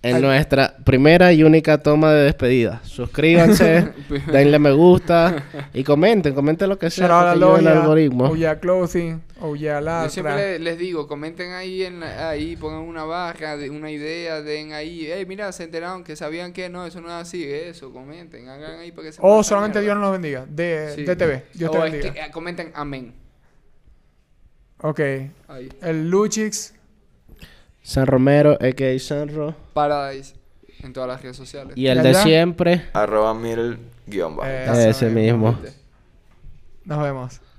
[SPEAKER 2] En nuestra primera y única toma de despedida. Suscríbanse, denle me gusta y comenten, comenten lo que sea.
[SPEAKER 1] Shout out a
[SPEAKER 2] porque ayuda el
[SPEAKER 1] Loya.
[SPEAKER 2] algoritmo.
[SPEAKER 1] Oh yeah, Clothing. Oh yeah,
[SPEAKER 4] Yo
[SPEAKER 1] Latra.
[SPEAKER 4] siempre le- les digo, comenten ahí, en la- ahí pongan una barra, de- una idea, den ahí, hey, mira, se enteraron que sabían que no, eso no es así, eso, comenten, hagan ahí para que se
[SPEAKER 1] O
[SPEAKER 4] entere esa
[SPEAKER 1] Oh, solamente Dios
[SPEAKER 4] mierda.
[SPEAKER 1] nos los bendiga. De,
[SPEAKER 4] Sí.
[SPEAKER 1] de TV. Dios te
[SPEAKER 4] O
[SPEAKER 1] bendiga.
[SPEAKER 4] este- eh, comenten amén.
[SPEAKER 1] Ok.
[SPEAKER 4] Ahí.
[SPEAKER 1] El Luchix.
[SPEAKER 2] San Romero, a.k.a. Sanro.
[SPEAKER 4] Paradise en todas las redes sociales.
[SPEAKER 2] Y el de
[SPEAKER 1] ¿Verdad?
[SPEAKER 2] siempre,
[SPEAKER 5] Arroba mil guión bajo.
[SPEAKER 1] eh,
[SPEAKER 4] Este,
[SPEAKER 2] ese mismo.
[SPEAKER 1] Nos vemos.